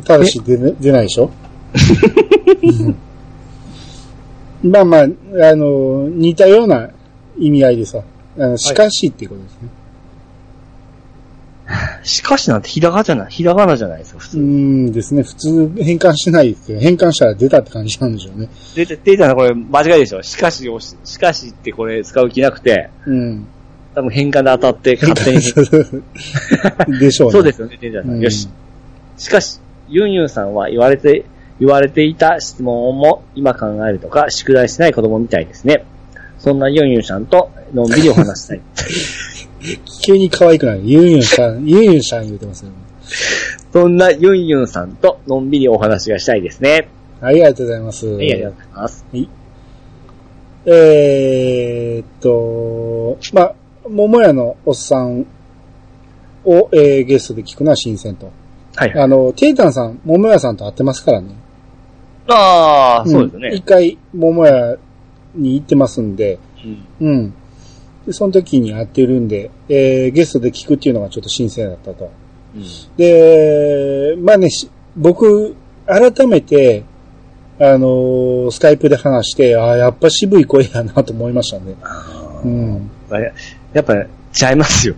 た。ただし出ね、出ないでしょうんまあまあ、あの、似たような意味合いでさ、あの、しかしっていうことですね。しかしなんてひらがじゃない、ひらがなじゃないですか、普う通。んですね。普通変換してないけど、変換したら出たって感じなんでしょうね。データ、データのこれ間違いでしょ。しかしをし、しかしってこれ使う気なくて、 うん。多分変換で当たって勝手に。でしょうね。そうですよね、データさん。よし。しかし、ユンユンさんは言われて、言われていた質問も今考えるとか、宿題しない子供みたいですね。そんなユンユンさんとのんびりお話したい。急に可愛くない。ユンユンさん、ユンユンさん言うてますよ、ね。そんなユンユンさんとのんびりお話がしたいですね。ありがとうございます。はい、ありがとうございます。えーっと、まあ、桃屋のおっさんを、えーゲストで聞くのは新鮮と。はい、はい。あの、テイタンさん、桃屋さんと会ってますからね。ああ、そうですん一ね。回、桃屋に行ってますんで、うんうん。で、その時に会ってるんで、えーゲストで聞くっていうのがちょっと新鮮だったと。うんで、まあね、し僕、改めて、あのースカイプで話して、ああ、やっぱ渋い声やなと思いましたね。あうん。ーややっぱ、ちゃいますよ。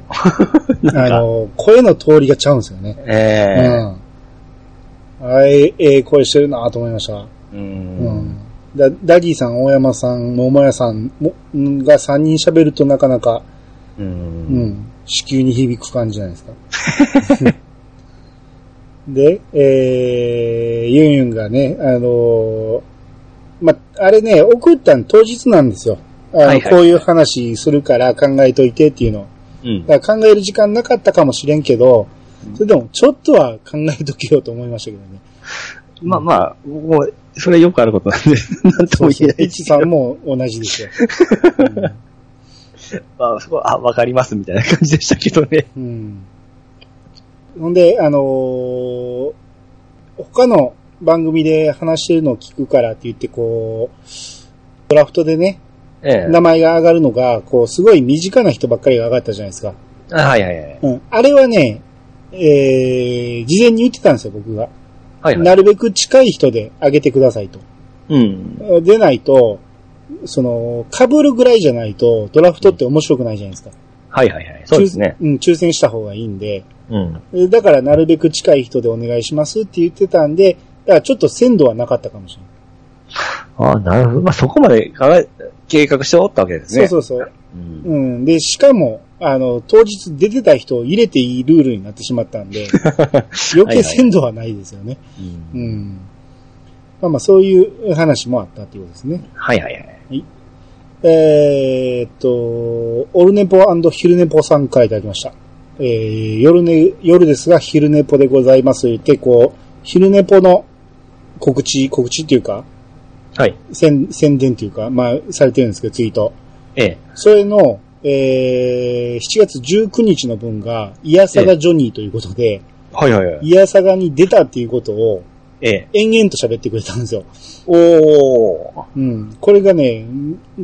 なあんか、の、声の通りがちゃうんですよね。えうん。あえ、ええ声してるなと思いました。えううん。ん。だダディさん、大山さん、桃屋さんもんが3人喋るとなかなか、う。うんん、子宮に響く感じじゃないですか。 で、えー、ユンユンがね、あのーま、あれね、送ったの当日なんですよ。あの、はいはいこういう話するから考えといてっていうの。うん。だから考える時間なかったかもしれんけど、それでもちょっとは考えとけようと思いましたけどね。まあまあ、僕もう、それよくあることなんで、なんとそもうそ言うえ。ないピッですチけさどんも同じ ですよ。まあ、そこは、あ、わかりますみたいな感じでしたけどね。うん。ほんで、あのー他の番組で話してるのを聞くからって言って、こう、ドラフトでね、ええ名前が上がるのが、こう、すごい身近な人ばっかりが上がったじゃないですか。あはいはいはい。うん。あれはね、えー、事前に言ってたんですよ、僕が。はいはい。なるべく近い人で上げてくださいと。うん。でないと、その、被るぐらいじゃないと、ドラフトって面白くないじゃないですか。はいはいはい。そうですね。うん、抽選した方がいいんで。うん。えだから、なるべく近い人でお願いしますって言ってたんで、だからちょっと鮮度はなかったかもしれない。ああ、なるほど。まあ、そこまで考え、計画しておったわけですね。そうそうそう。うん。うん。で、しかも、あの、当日出てた人を入れていいルールになってしまったん で、余計鮮度はないですよね。うんうん。まあまあ、そういう話もあったっていうことですね。はいはいはい。えーっと、オルネポ昼ネポさんからいただきました。えー、夜ね、夜ですが昼ネポでございます。言って、こう、昼ネポの告知、告知っていうか、はい。宣宣伝っていうか、まあ、されてるんですけど、ツイート。ええ。それの、えー、7月19日の分が、イヤサガジョニーということで、はいはいはい。イヤサガに出たっていうことを、ええ。延々と喋ってくれたんですよ。おー。うん。これがね、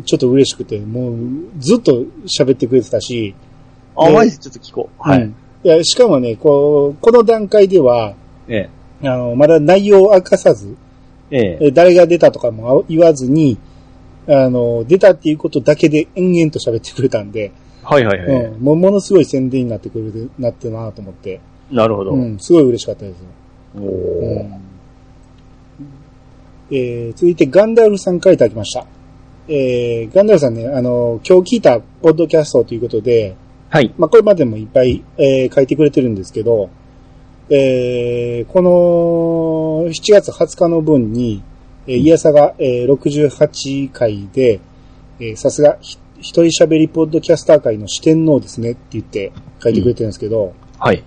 ちょっと嬉しくて、もう、ずっと喋ってくれてたし、あ、ええマジでちょっと聞こう。はうい。んいや、しかもね、こう、この段階では、ええ。あの、まだ内容を明かさず、ええ。え誰が出たとかも言わずに、あの、出たっていうことだけで延々と喋ってくれたんで、はいはいはい。うん、もうものすごい宣伝になってくれる、なってるなと思って、なるほど。うん、すごい嬉しかったです。おうー。んえー続いてガンダルフさんからいただきました。えーガンダルフさんね、あの、今日聞いたポッドキャストということで、はい。まあ、これまでもいっぱい、えー書いてくれてるんですけど、えーこの7月20日の分に、えー、イヤサが、えー68回で、えーさすがひ一人喋りポッドキャスター界の四天王ですねって言って書いてくれてるんですけど、はい。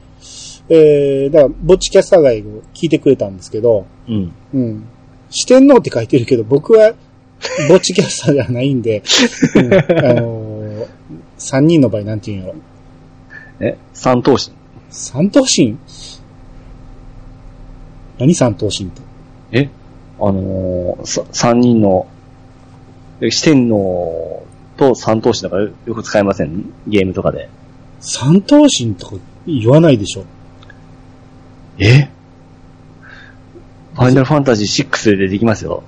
えーだから、ぼっちキャスター街を聞いてくれたんですけど、うん。うん。四天王って書いてるけど、僕は、ぼっちキャスターではないんで、うんあのー、三人の場合なんて言うんやろ。え、三等身。三頭身何三頭身って。えあのー、さ三人の、え四天王と三等身だからよく使いませんゲームとかで。三頭身とか言わないでしょ。えファイナルファンタジー6で出てきますよ。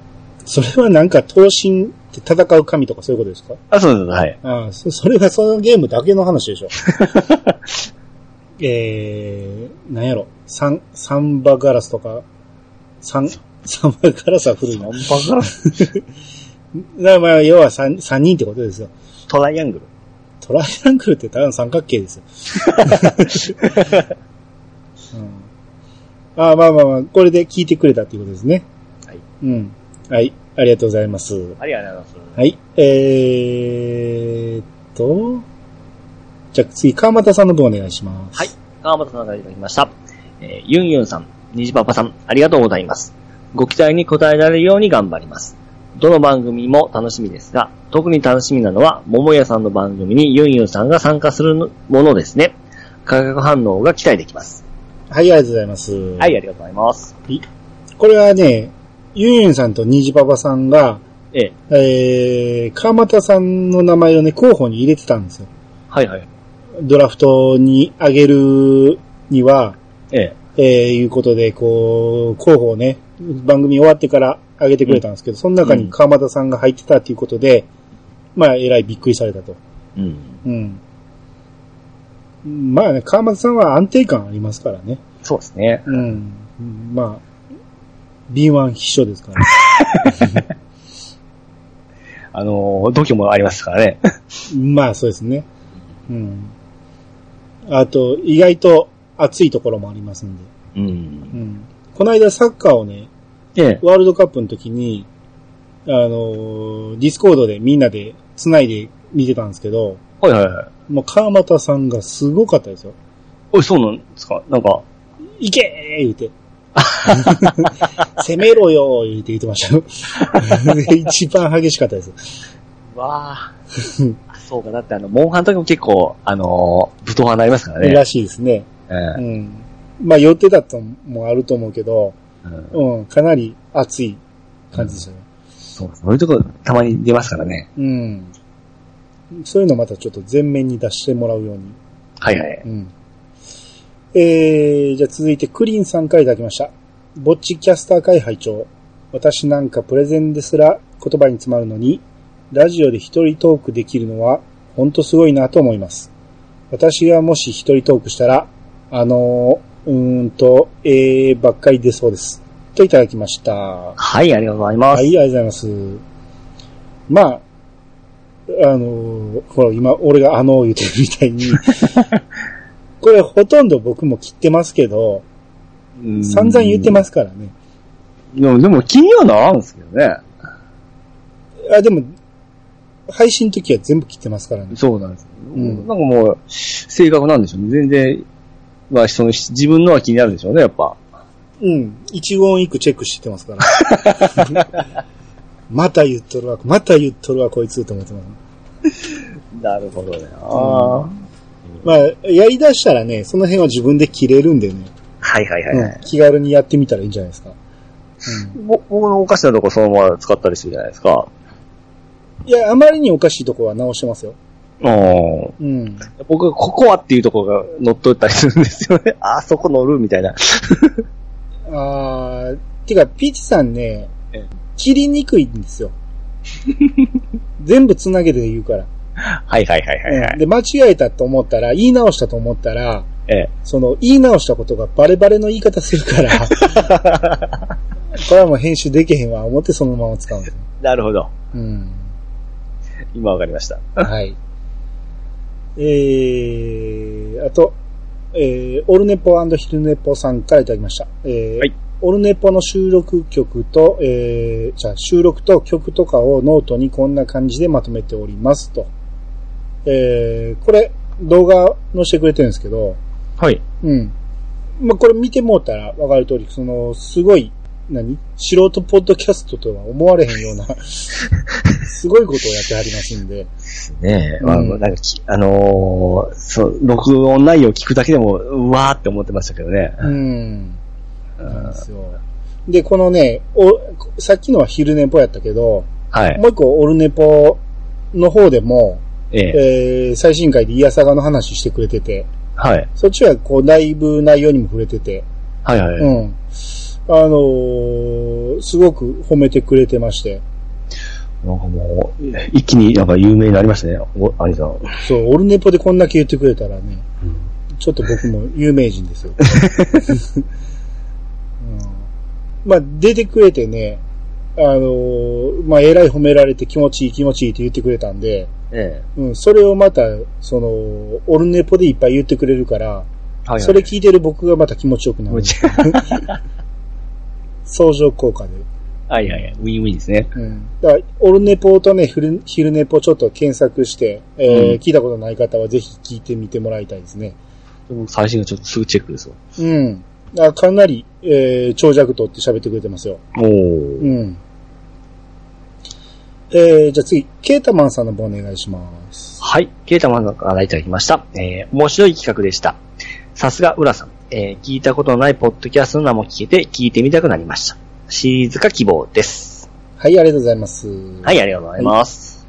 それはなんか頭身って戦う神とかそういうことですかあ、そうです、はい。ああ、そそれはそのゲームだけの話でしょ。えー、なんやろ。サン、サンバガラスとか、サン、サンバガラスは古いな。バカな。だからまあ、要は三三人ってことですよ。トライアングル。トライアングルってただの三角形ですよ。うんあまあまあまあ、これで聞いてくれたっていうことですね。はい。うん。はい。ありがとうございます。ありがとうございます。はい。えーっと。じゃあ次、川又さんの分お願いします。はい。川本さんからいただきました。えーユンユンさん、ニジパパさん、ありがとうございます。ご期待に応えられるように頑張ります。どの番組も楽しみですが、特に楽しみなのは、桃屋さんの番組にユンユンさんが参加するのものですね。化学反応が期待できます。はい、ありがとうございます。は。い、ありがとうございます。これはね、ゆんゆんさんとにじパパさんが、ええ。えー、川又さんの名前をね、候補に入れてたんですよ。はいはい。ドラフトに上げるには、えええ。ー、いうことで、こう、候補をね、番組終わってから上げてくれたんですけど、その中に川又さんが入ってたということで、まあ、えらいびっくりされたと。うん。うん。まあね、川又さんは安定感ありますからね。そうですね。うん。まあ、B1 秘書ですから、 ね。あのー、度胸もありますからね。まあ、そうですね。うん。あと、意外と熱いところもありますんで。う。うんん。この間サッカーをね、ええ。ワールドカップの時に、あのー、ディスコードでみんなで繋いで見てたんですけど、はいはいはい。もう川又さんがすごかったですよ。おい、そうなんですかなんか、いけー言う て。攻めろよ ー言うて言ってましたよ。一番激しかったです。わ あ。そうか、だってあの、モンハンとかも結構、あのー、武闘派になりますからねら。しいですね。えうえん。まあ、寄ってたともあると思うけど、うんうん、かなり熱い感じでしたね。そうそういうとこ、たまに出ますからね。うん。そういうのまたちょっと前面に出してもらうようにはいはい。うん。えー、じゃあ続いて、クリンさんからいただきました。ぼっちキャスター会拝聴私なんかプレゼンですら言葉に詰まるのに、ラジオで一人トークできるのは、ほんとすごいなと思います。私がもし一人トークしたら、あのー、うーんと、えー、ばっかり出そうです。といただきました。ははい、ありがとうございい、まあす。りがとうございます。まあ、あのーほら、今、俺があのー言ってるみた いに、これほとんど僕も切ってますけど、うん散々言ってますからね。でも、でも気にはならんですけどね。あ、でも、配信の時は全部切ってますからね。そうなんです。んなんかもう、性格なんでしょうね。全然、まあ、その、自分のは気になるでしょうね、やっぱ。うん。一言一句チェックしてますから。 また言っとるわ、また言っとるわ、こいつと思ってます。なるほどね。あまあ、やり出したらね、その辺は自分で切れるんでね、はいはいはい、はいうん気軽にやってみたらいいんじゃないですか。ぼ僕のおかしなとこそのまま使ったりするじゃないですか。うん、いや、あまりにおかしいとこは直してますよ。うん。うん。僕はここはっていうところが乗っ取ったりするんですよね。 あそこ乗るみたいな。あー、てか、ピーチさんねええ、切りにくいん ですよ。全部つなげて言うから。はいはいはいはい、はうんい。で、間違えたと思ったら、言い直したと思ったら、ええ。その、言い直したことがバレバレの言い方するから、 これはもう編集できへんわ、思ってそのまま使うんですよ。なるほど。うん。今わかりました。 はい。えー、あと、えー、オルネポヒルネポさんからいただきました。えーはいオルネポの収録曲と、えー、じゃあ収録と曲とかをノートにこんな感じでまとめておりますと。えー、これ、動画載せてくれてるんですけど、はい。うん。まあ、これ見てもうたらわかる通り、その、すごい、何素人ポッドキャストとは思われへんような、すごいことをやってはりますんで。ねえ、うんあのなんかき、あのーそう、録音内容聞くだけでも、うわーって思ってましたけどね。うん。なんですよ。で、このね、お、さっきのは昼寝ぽやったけど、はい。もう一個オルネポの方でも、ええ。えー、最新回でイヤサガの話してくれてて、はい。そっちはこう、だいぶ内容にも触れてて、はいはい。うん。あのーすごく褒めてくれてまして、なんかもう、一気になんか有名になりましたね、お兄さん。そう、オルネポでこんだけ言ってくれたらね、ちょっと僕も有名人ですよ。うん、まあ、出てくれてね、あのーまあ、えらい褒められて気持ちいい気持ちいいって言ってくれたんで、ええ。うん、それをまた、その、オルネポでいっぱい言ってくれるから、はい、それ聞いてる僕がまた気持ちよくなる。相乗効果で。 はいはいはい。ウィンウィンですね。うん。だから、オルネポとね、昼昼ネポちょっと検索して、えーうん聞いたことない方はぜひ聞いてみてもらいたいですね。最新がちょっとすぐチェックですわ。うん。あかなり、えー長尺とって喋ってくれてますよ。おー。うん。えー、じゃあ次、ケータマンさんの方お願いします。はい。ケータマンさんからいただきました。えー、面白い企画でした。さすが、浦さん。えー、聞いたことのないポッドキャストの名も聞けて、聞いてみたくなりました。シリーズ化希望です。はい、ありがとうございます。はい、ありがとうございます。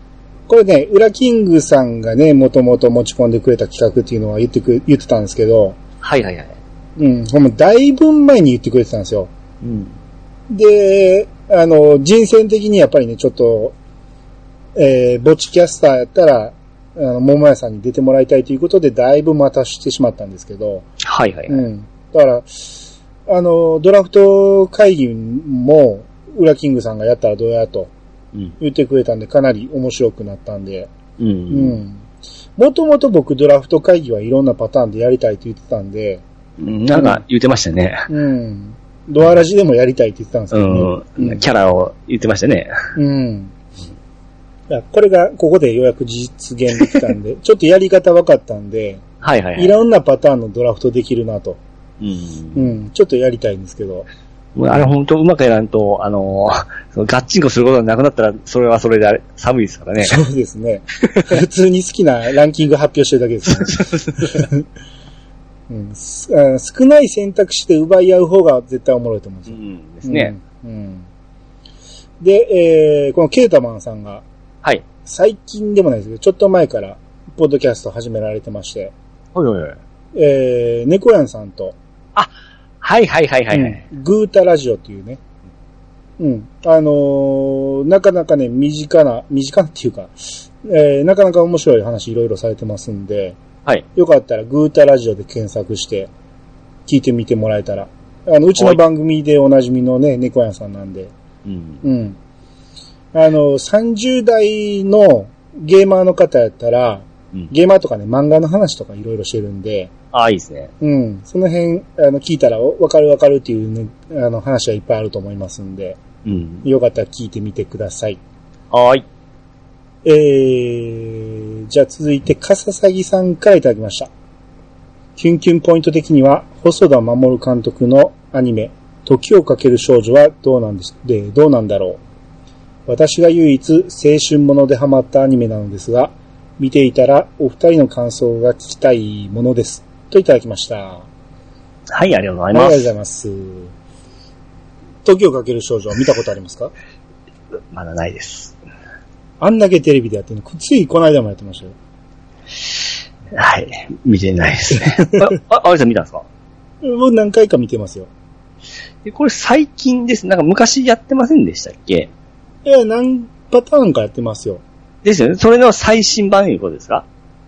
これね、ウラキングさんがね、もともと持ち込んでくれた企画っていうのは言ってくれ、言ってたんですけど、はい、はい、はい。うん、ほんま、だいぶ前に言ってくれてたんですよ。うん。で、あの、人選的にやっぱりね、ちょっと、えー、ぼっちキャスターやったら、あの、桃屋さんに出てもらいたいということで、だいぶ待たしてしまったんですけど、はい、はい、うはい。ん。だから、あの、ドラフト会議も、ウラキングさんがやったらどうやとうん。言ってくれたんで、かなり面白くなったんで、う。うんん。もともと僕ドラフト会議はいろんなパターンでやりたいと言ってたんで、うん。なんか言ってましたね。うん。ドアラジでもやりたいって言ってたんですうけどね、ん。キャラを言ってましたね。うん。いやこれが、ここでようやく実現できた んで、ちょっとやり方分かったんで、はい、はい、はいい。ろんなパターンのドラフトできるなと。うんうん、ちょっとやりたいんですけど。もうあれ本当うまくやらんと、あのー、そのガッチンコすることがなくなったら、それはそれであれ寒いですからね。そうですね。普通に好きなランキング発表してるだけです ね。うん、すあ少ない選択肢で奪い合う方が絶対おもろいと思うんですうよ。んですね。うん。うんで、えーこのケータマンさんが、はい。最近でもないですけど、ちょっと前から、ポッドキャスト始められてまして、はいはいはい。えー、猫やんさんと、はいはいはいはい。はいうんグータラジオっていうね。うん。あのーなかなかね、身近な、身近なっていうか、えーなかなか面白い話いろいろされてますんで、はい。よかったらグータラジオで検索して、聞いてみてもらえたら。あの、うちの番組でおなじみのね、猫やんさんなんで、うん。うん。あの、30代のゲーマーの方やったら、うんゲーマーとかね、漫画の話とかいろいろしてるんで、ああ、いいですね。うん。その辺、あの、聞いたら、おわかるわかるっていうね、あの、話はいっぱいあると思いますんで、うん。よかったら聞いてみてください。はーい。えー、じゃあ続いて、かささぎさんからいただきました。キュンキュンポイント的には、細田守監督のアニメ、時をかける少女はどうなんです、で、どうなんだろう。私が唯一青春ものでハマったアニメなのですが、見ていたらお二人の感想が聞きたいものです。といただきました。はい、ありがとうござありいがまとうございす。ます。時をかける少女は見たことありますかまだないです。あんだけテレビでやってるの、ついこの間もやってましたよ。はい。見てないですね。あ、ああゆさん見たんですかもう何回か見てますよ。えこれ最近です。なんか昔やってませんでしたっけいや、何パターンかやってますよ。ですよね。それの最新版いうことですか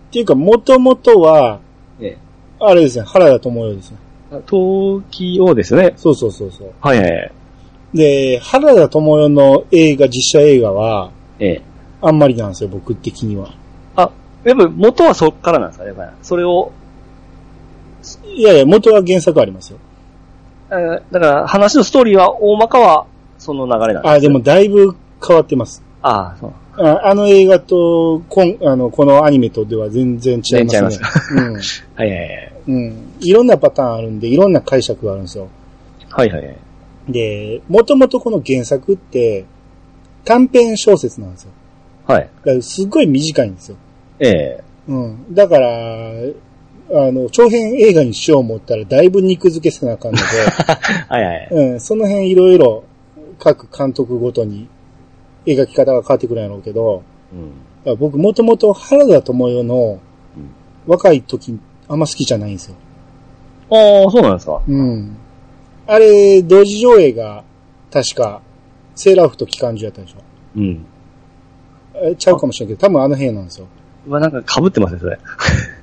っていうか、もともとは、えあれですね、原田智代ですね。え。東京ですよね。そうそうそうそう。はいはいはい。で、原田智代の映画、実写映画は、ええ。あんまりなんですよ、僕的には。あ、やっぱ元はそっからなんですかね。やっぱりそれを、いやいや、元は原作ありますよ。えーだから話のストーリーは大まかはその流れなんですあ、でもだいぶ変わってます。ああ、そう。ああの映画と、こん、あの、このアニメとでは全然違いますね。全然違いまはいはいはい。うん。うん。いろんなパターンあるんで、いろんな解釈があるんですよ。はいはいはい。で、もともとこの原作って、短編小説なんですよ。はい。だからすっごい短いんですよ。ええ。うん。だから、あの、長編映画にしよう思ったらだいぶ肉付けせなあかんのはいはい。 で、うん、その辺いろいろ各監督ごとに描き方が変わってくるんやろうけど、うん。だから僕もともと原田智代のうん若い時あんま好きじゃないんですよ。ああ、そうなんですか。うん。あれ、同時上映が確かセーラー服と機関銃やったでしょ。うん。え、ちゃうかもしれんけど、多分あの辺なんですよ。うわ、なんか被ってますね、それ。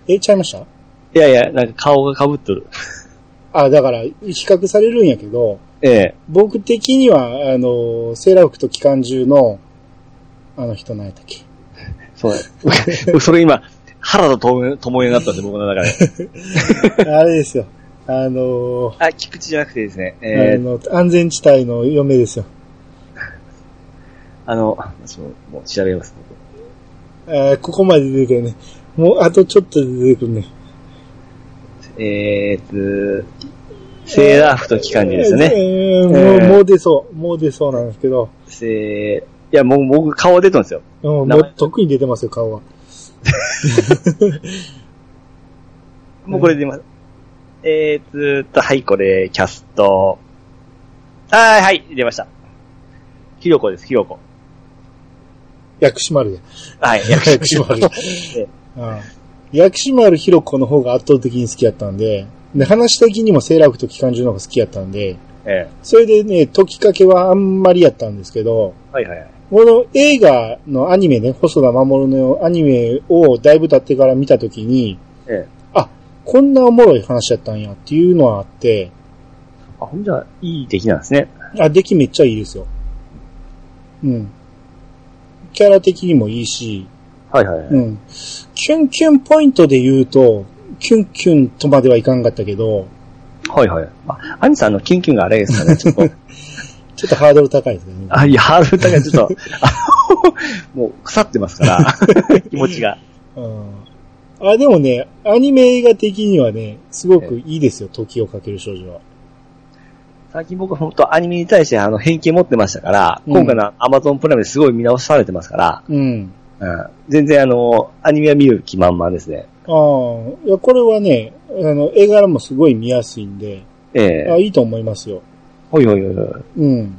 え、ちゃいましたいやいや、なんか顔が被っとる。あ、だから、比較されるんやけど、ええ。僕的には、あの、セーラー服と機関銃の、あの人何やったっけそう。僕 それ今、原田智友になったんで、僕の中で。 あれですよ。あの、あ、菊池じゃなくてですね、えあー、の安全地帯の嫁ですよ。あの、私ももう調べます、僕あーここまで出てくるね。もう、あとちょっとで出てくるね。えーっと、セーラー服と機関銃ですよね。えーもう、えーもう出そう。もう出そうなんですけど。せー、いや、もう僕顔出てるんですよ。うん、も名前う、特に出てますよ、顔は。もうこれで今、えー、ずーっと、はい、これ、キャスト。はーい、はい、出ました。ひろこです、ひろこ。薬師丸や。 はい、役薬師丸。うん薬師丸ひろ子の方が圧倒的に好きやったんで、で話的にもセーラー服と機関銃の方が好きやったんで、えそれでね、解きかけはあんまりやったんですけど、ー、はいはいはい。この映画のアニメね、細田守のアニメをだいぶ経ってから見たときに、ええあ、こんなおもろい話やったんやっていうのはあって、あ、ほんじゃ、いい出来なんですね。あ、出来めっちゃいいですよ。うん。キャラ的にもいいし、はいはいはい。うん。キュンキュンポイントで言うと、キュンキュンとまではいかんかったけど、はいはい。あ、アニさんのキュンキュンがあれで すかね、ちょっと。ちょっとハードル高いですね。あ、いや、ハードル高い、ちょ っと、あの、もう腐ってますから、 気持ちが。うん。あ、でもね、アニメ映画的にはね、すごくいいですよ、時をかける少女は。最近僕は本当アニメに対してあの偏見持ってましたから、うん今回の Amazon プライムですごい見直されてますから、うん。うん、全然あの、アニメは見る気満々ですね。ああ、いや、これはね、あの、絵柄もすごい見やすいんで、えあえいいと思いますよ。ほいほいほいほい。うん。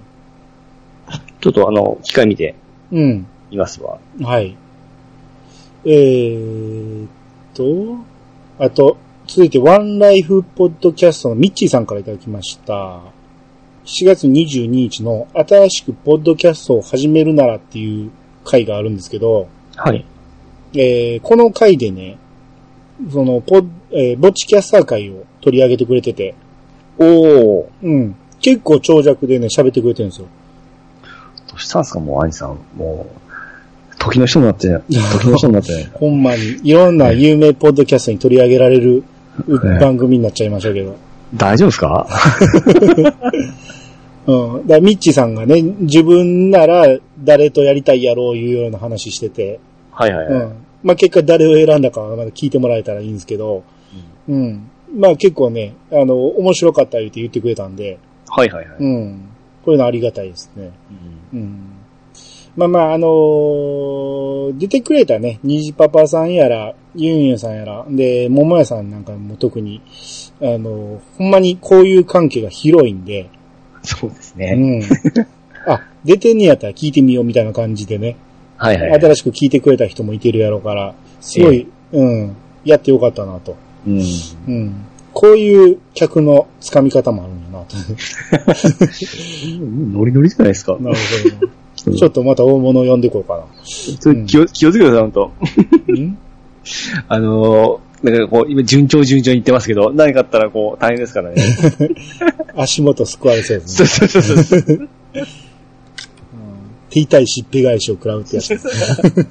ちょっとあの、機械見てうん。いますわ。はい。えーっと、あと、続いて、ワンライフポッドキャストのミッチーさんからいただきました。7月22日の新しくポッドキャストを始めるならっていう回があるんですけど、はい。えーこの回でね、その、ポッ、えーぼっちキャスター会を取り上げてくれてて、おー。うん。結構長尺でね、喋ってくれてるんですよ。どうしたんですか、もう、兄さん。もう、時の人になって、時の人になって、ほんまに、いろんな有名ポッドキャストに取り上げられるうええ番組になっちゃいましたけど。大丈夫ですかうん。だからミッチーさんがね、自分なら誰とやりたいやろういうような話してて、はいはいはうい。ん。まあ結果誰を選んだかはまだ聞いてもらえたらいいんですけど、うん。まあ結構ね、あの、面白かった言って言ってくれたんで、はいはいはい。うん。こういうのありがたいですね。うん。まあまあ、あのー出てくれたね、ニジパパさんやら、ユンユンさんやら、で、桃屋さんなんかも特に、あのーほんまにこういう関係が広いんで、そうですうね。ん。 あ、出てんねやったら聞いてみようみたいな感じでね、はいはいはい。新しく聞いてくれた人もいてるやろうから、すごい、うん、やってよかったなと。うん。うん。こういう客の掴み方もあるんだ なと。もうノリノリじゃないですか。なるほど。ちょっとまた大物を呼んでこうかな。それ気を気をつけてください、ほんと。うんあのー、なんかこう、今、順調順調に言ってますけど、何かあったらこう、大変ですからね。足元すくわれそうですそね。うそうそうそう。手痛いしっぺ返しを食らうってやつですね。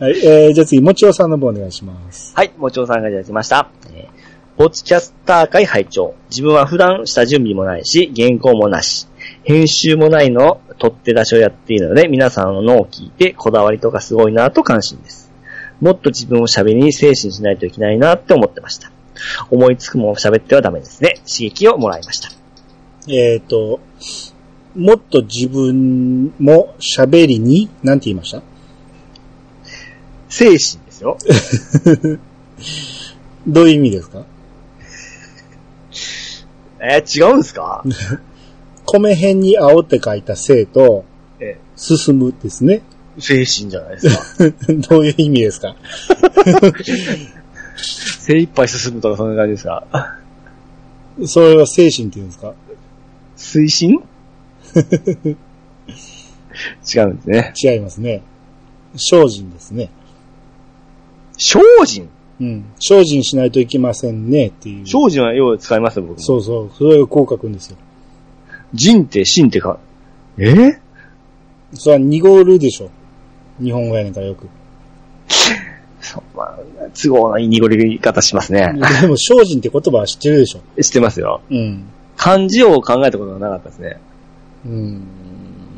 はい、えー、じゃあ次、もちおさんの方お願いします。はい、もちろんさんがいただきました。えーポッチキャスター会拝聴自分は普段下準備もないし、原稿もなし、編集もないのを取って出しをやっているので、皆さんの脳を聞いてこだわりとかすごいなと感心です。もっと自分を喋りに精神しないといけないなって思ってました。思いつくもん喋ってはダメですね。刺激をもらいました。えっ、と、もっと自分も喋りに、なんて言いました精神ですよ。どういう意味ですかえー違うんすか米辺に青って書いた生と、え進むですね。 ー精神じゃないですか。どういう意味ですか 精一杯進むとか、そんな感じですか。それは精神って言うんですか推 進違うんですね。違いますね。精進ですね。精進うん。精進しないといけませんねっていう。精進はよう使いますよ、僕も。そうそう。それがこう書くんですよ。人って、心ってか。えーそれは濁るでしょ。日本語やねんからよく。そうまあ、都合のいい濁り方しますね。でも、精進って言葉は知ってるでしょ。知ってますよ。うん。漢字を考えたことがなかったですね。うん。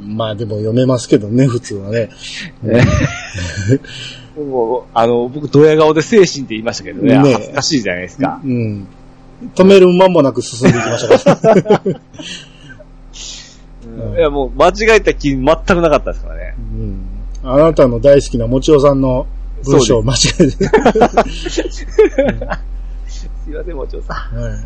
まあでも読めますけどね、普通はね。もうあの、僕、ドヤ顔で精神って言いましたけどね。ねえ恥ずかしいじゃないですか。うん。止める間もなく進んでいきましたから。んいや、もう、間違えた気全くなかったですからねう。ん。あなたの大好きなもちおさんの文章を間違えて。すいません、もうちょっとさ。はい。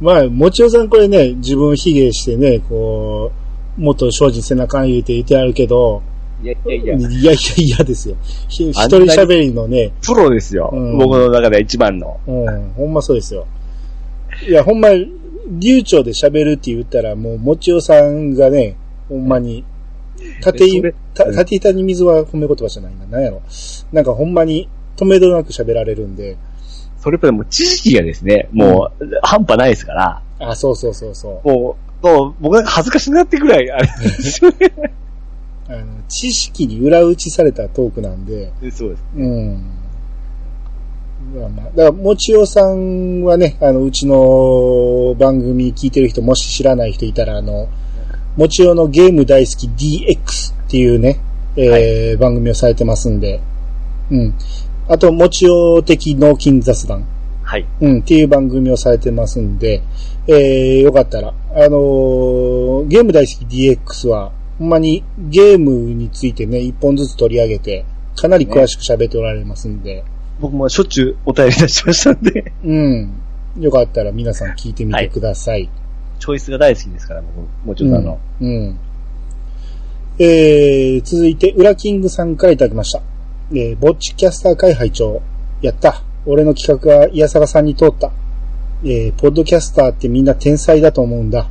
まあ、もちおさんこれね、自分卑下してね、こう、もっと精進せなあかん言うて言ってあるけど、いやいやいいややい、やいやですよ。ひ一あん人なに喋りのね、プロですよ。うん僕の中では一番の。うん、ほんまそうですよ。いや、ほんま、流暢で喋るって言ったら、もう、もちおさんがね、ほんまに、縦そいれ、た縦板に水は褒め言葉じゃないな。なんやろ。なんかほんまに、止めどなく喋られるんで、それともう知識がですね、もう、半端ないですから、あ、そうそうそうそう。もう、もう僕なんか恥ずかしくなってくらい、あれですよねあの、知識に裏打ちされたトークなんで、そうです。うん。まあまあ、だから、もちおさんはね、あの、うちの番組聞いてる人、もし知らない人いたら、あの、もちおのゲーム大好き DX っていうね、えー番組をされてますんで、うん。あと、もちお的脳筋雑談、はい。うん、っていう番組をされてますんで、えー、よかったら、あのーゲーム大好き DX は、ほんまにゲームについてね、一本ずつ取り上げて、かなり詳しく喋っておられますんで、僕もしょっちゅうお便り出しましたんで、うん。よかったら皆さん聞いてみてください。 チョイスが大好きですから、僕、もうちょっとあの、うん。うんえー、続いて、ウラキングさんからいただきました。えー、ぼっちキャスター会拝聴やった。俺の企画は、いやさがさんに通った。えー、ポッドキャスターってみんな天才だと思うんだ。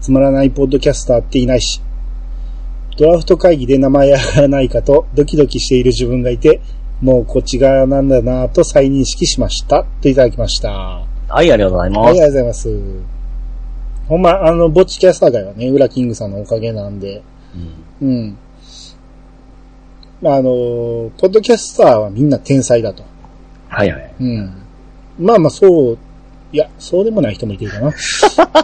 つまらないポッドキャスターっていないし。ドラフト会議で名前上がらないかとドキドキしている自分がいて、もうこっち側なんだなぁと再認識しました。といただきました。はい、ありがとうございあまりす。がとうございます。ほんま、あの、ぼっちキャスター会はね、裏キングさんのおかげなんで、うんうん。あの、ポッドキャスターはみんな天才だと。はいはい。うん。まあまあ、そう、いや、そうでもない人もいてるかな。まあ、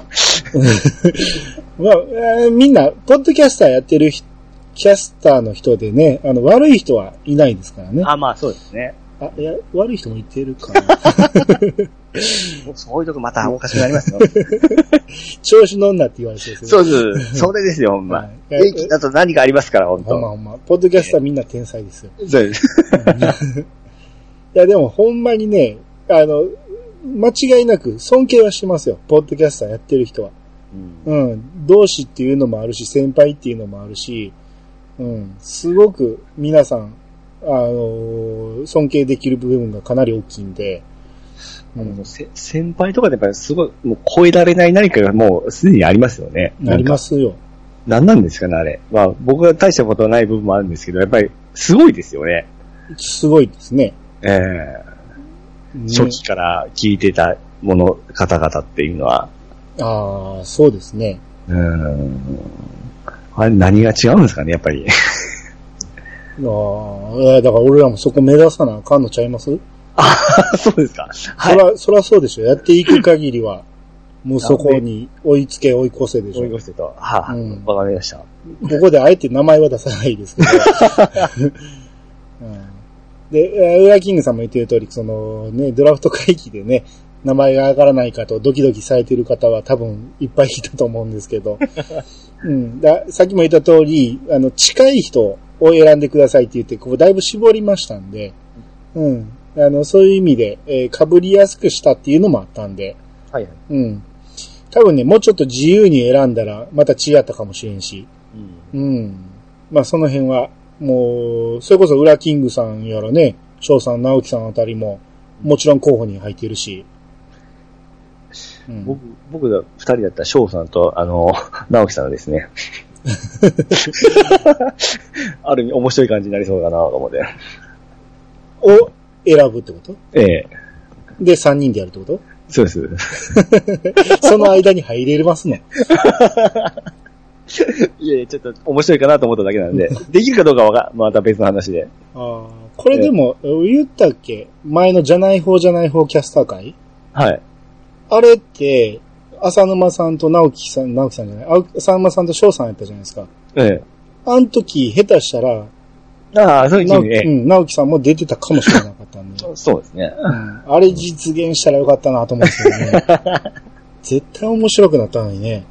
えーみんな、ポッドキャスターやってるひキャスターの人でね、あの、悪い人はいないですからね。あ、あ、まあそうですね。いや、悪い人もいてるかな。そういうとこまたおかしくなりますよ。調子乗んなって言われてるけど。 そうです。それですよ、ほんま。はい元気だと何かありますから、ほんほんまほと。んま。ポッドキャスターみんな天才ですよ。そうです。 いや、でもほんまにね、あの、間違いなく尊敬はしてますよ。ポッドキャスターやってる人は。うんうん。同志っていうのもあるし、先輩っていうのもあるし、うん。すごく皆さん、あのー尊敬できる部分がかなり大きいんで、うもんう。せ先輩とかでやっぱりすごい、もう超えられない何かがもうすでにありますよね。。なりますすよ。何なんですかね、あれ。まあ僕は大したことはない部分もあるんですけど、やっぱりすごいですよね。すごいですね。ええね初期から聞いてたもの、方々っていうのは。ああ、そうですね。うーん。あれ何が違うんですかね、やっぱり。ああ、えーだから俺らもそこ目指さなあかんのちゃいます、 そうですか。そ。ら、そらそうでしょ。やっていく限りは、もうそこに追いつけ追い越せでし追いょ。越せと。はあ、うんわかりました。ここであえて名前は出さないですけど。うんで、えーウラキングさんも言ってる通り、そのね、ドラフト会議でね、名前が上がらないかとドキドキされてる方は多分いっぱいいたと思うんですけど。うん、ださっきも言った通り、あの、近い人を選んでくださいって言って、ここだいぶ絞りましたんで、うん。あの、そういう意味で、えー被りやすくしたっていうのもあったんで、はいはい。うん。多分ね、もうちょっと自由に選んだら、また違ったかもしれんし。うん。まあその辺は、もう、それこそウラキングさんやらね、翔さん、直樹さんあたりも、もちろん候補に入っているし。うん僕、僕が二人だったら翔さんと、あの、直樹さんです ね。ある意味面白い感じになりそうだなと思って。を選ぶってことええで、3人でやるってこそうです。とその間に入れますね。 いやいやちょっと面白いかなと思っただけなんで、 できるかどうかはがまた別の話で。ああ、これでも、言ったっけ前のじゃない方じゃない方キャスター会はい。あれって、浅沼さんと直樹さん、直樹さんじゃない、あ浅沼さんと翔さんやったじゃないですか。ええあの時、下手したら、ああ、そういう意直味樹で、うん直樹さんも出てたかもしれなかった んで。そうですね。うんあれ実現したらよかったなと思うんですよ ね。絶対面白くなったのにね。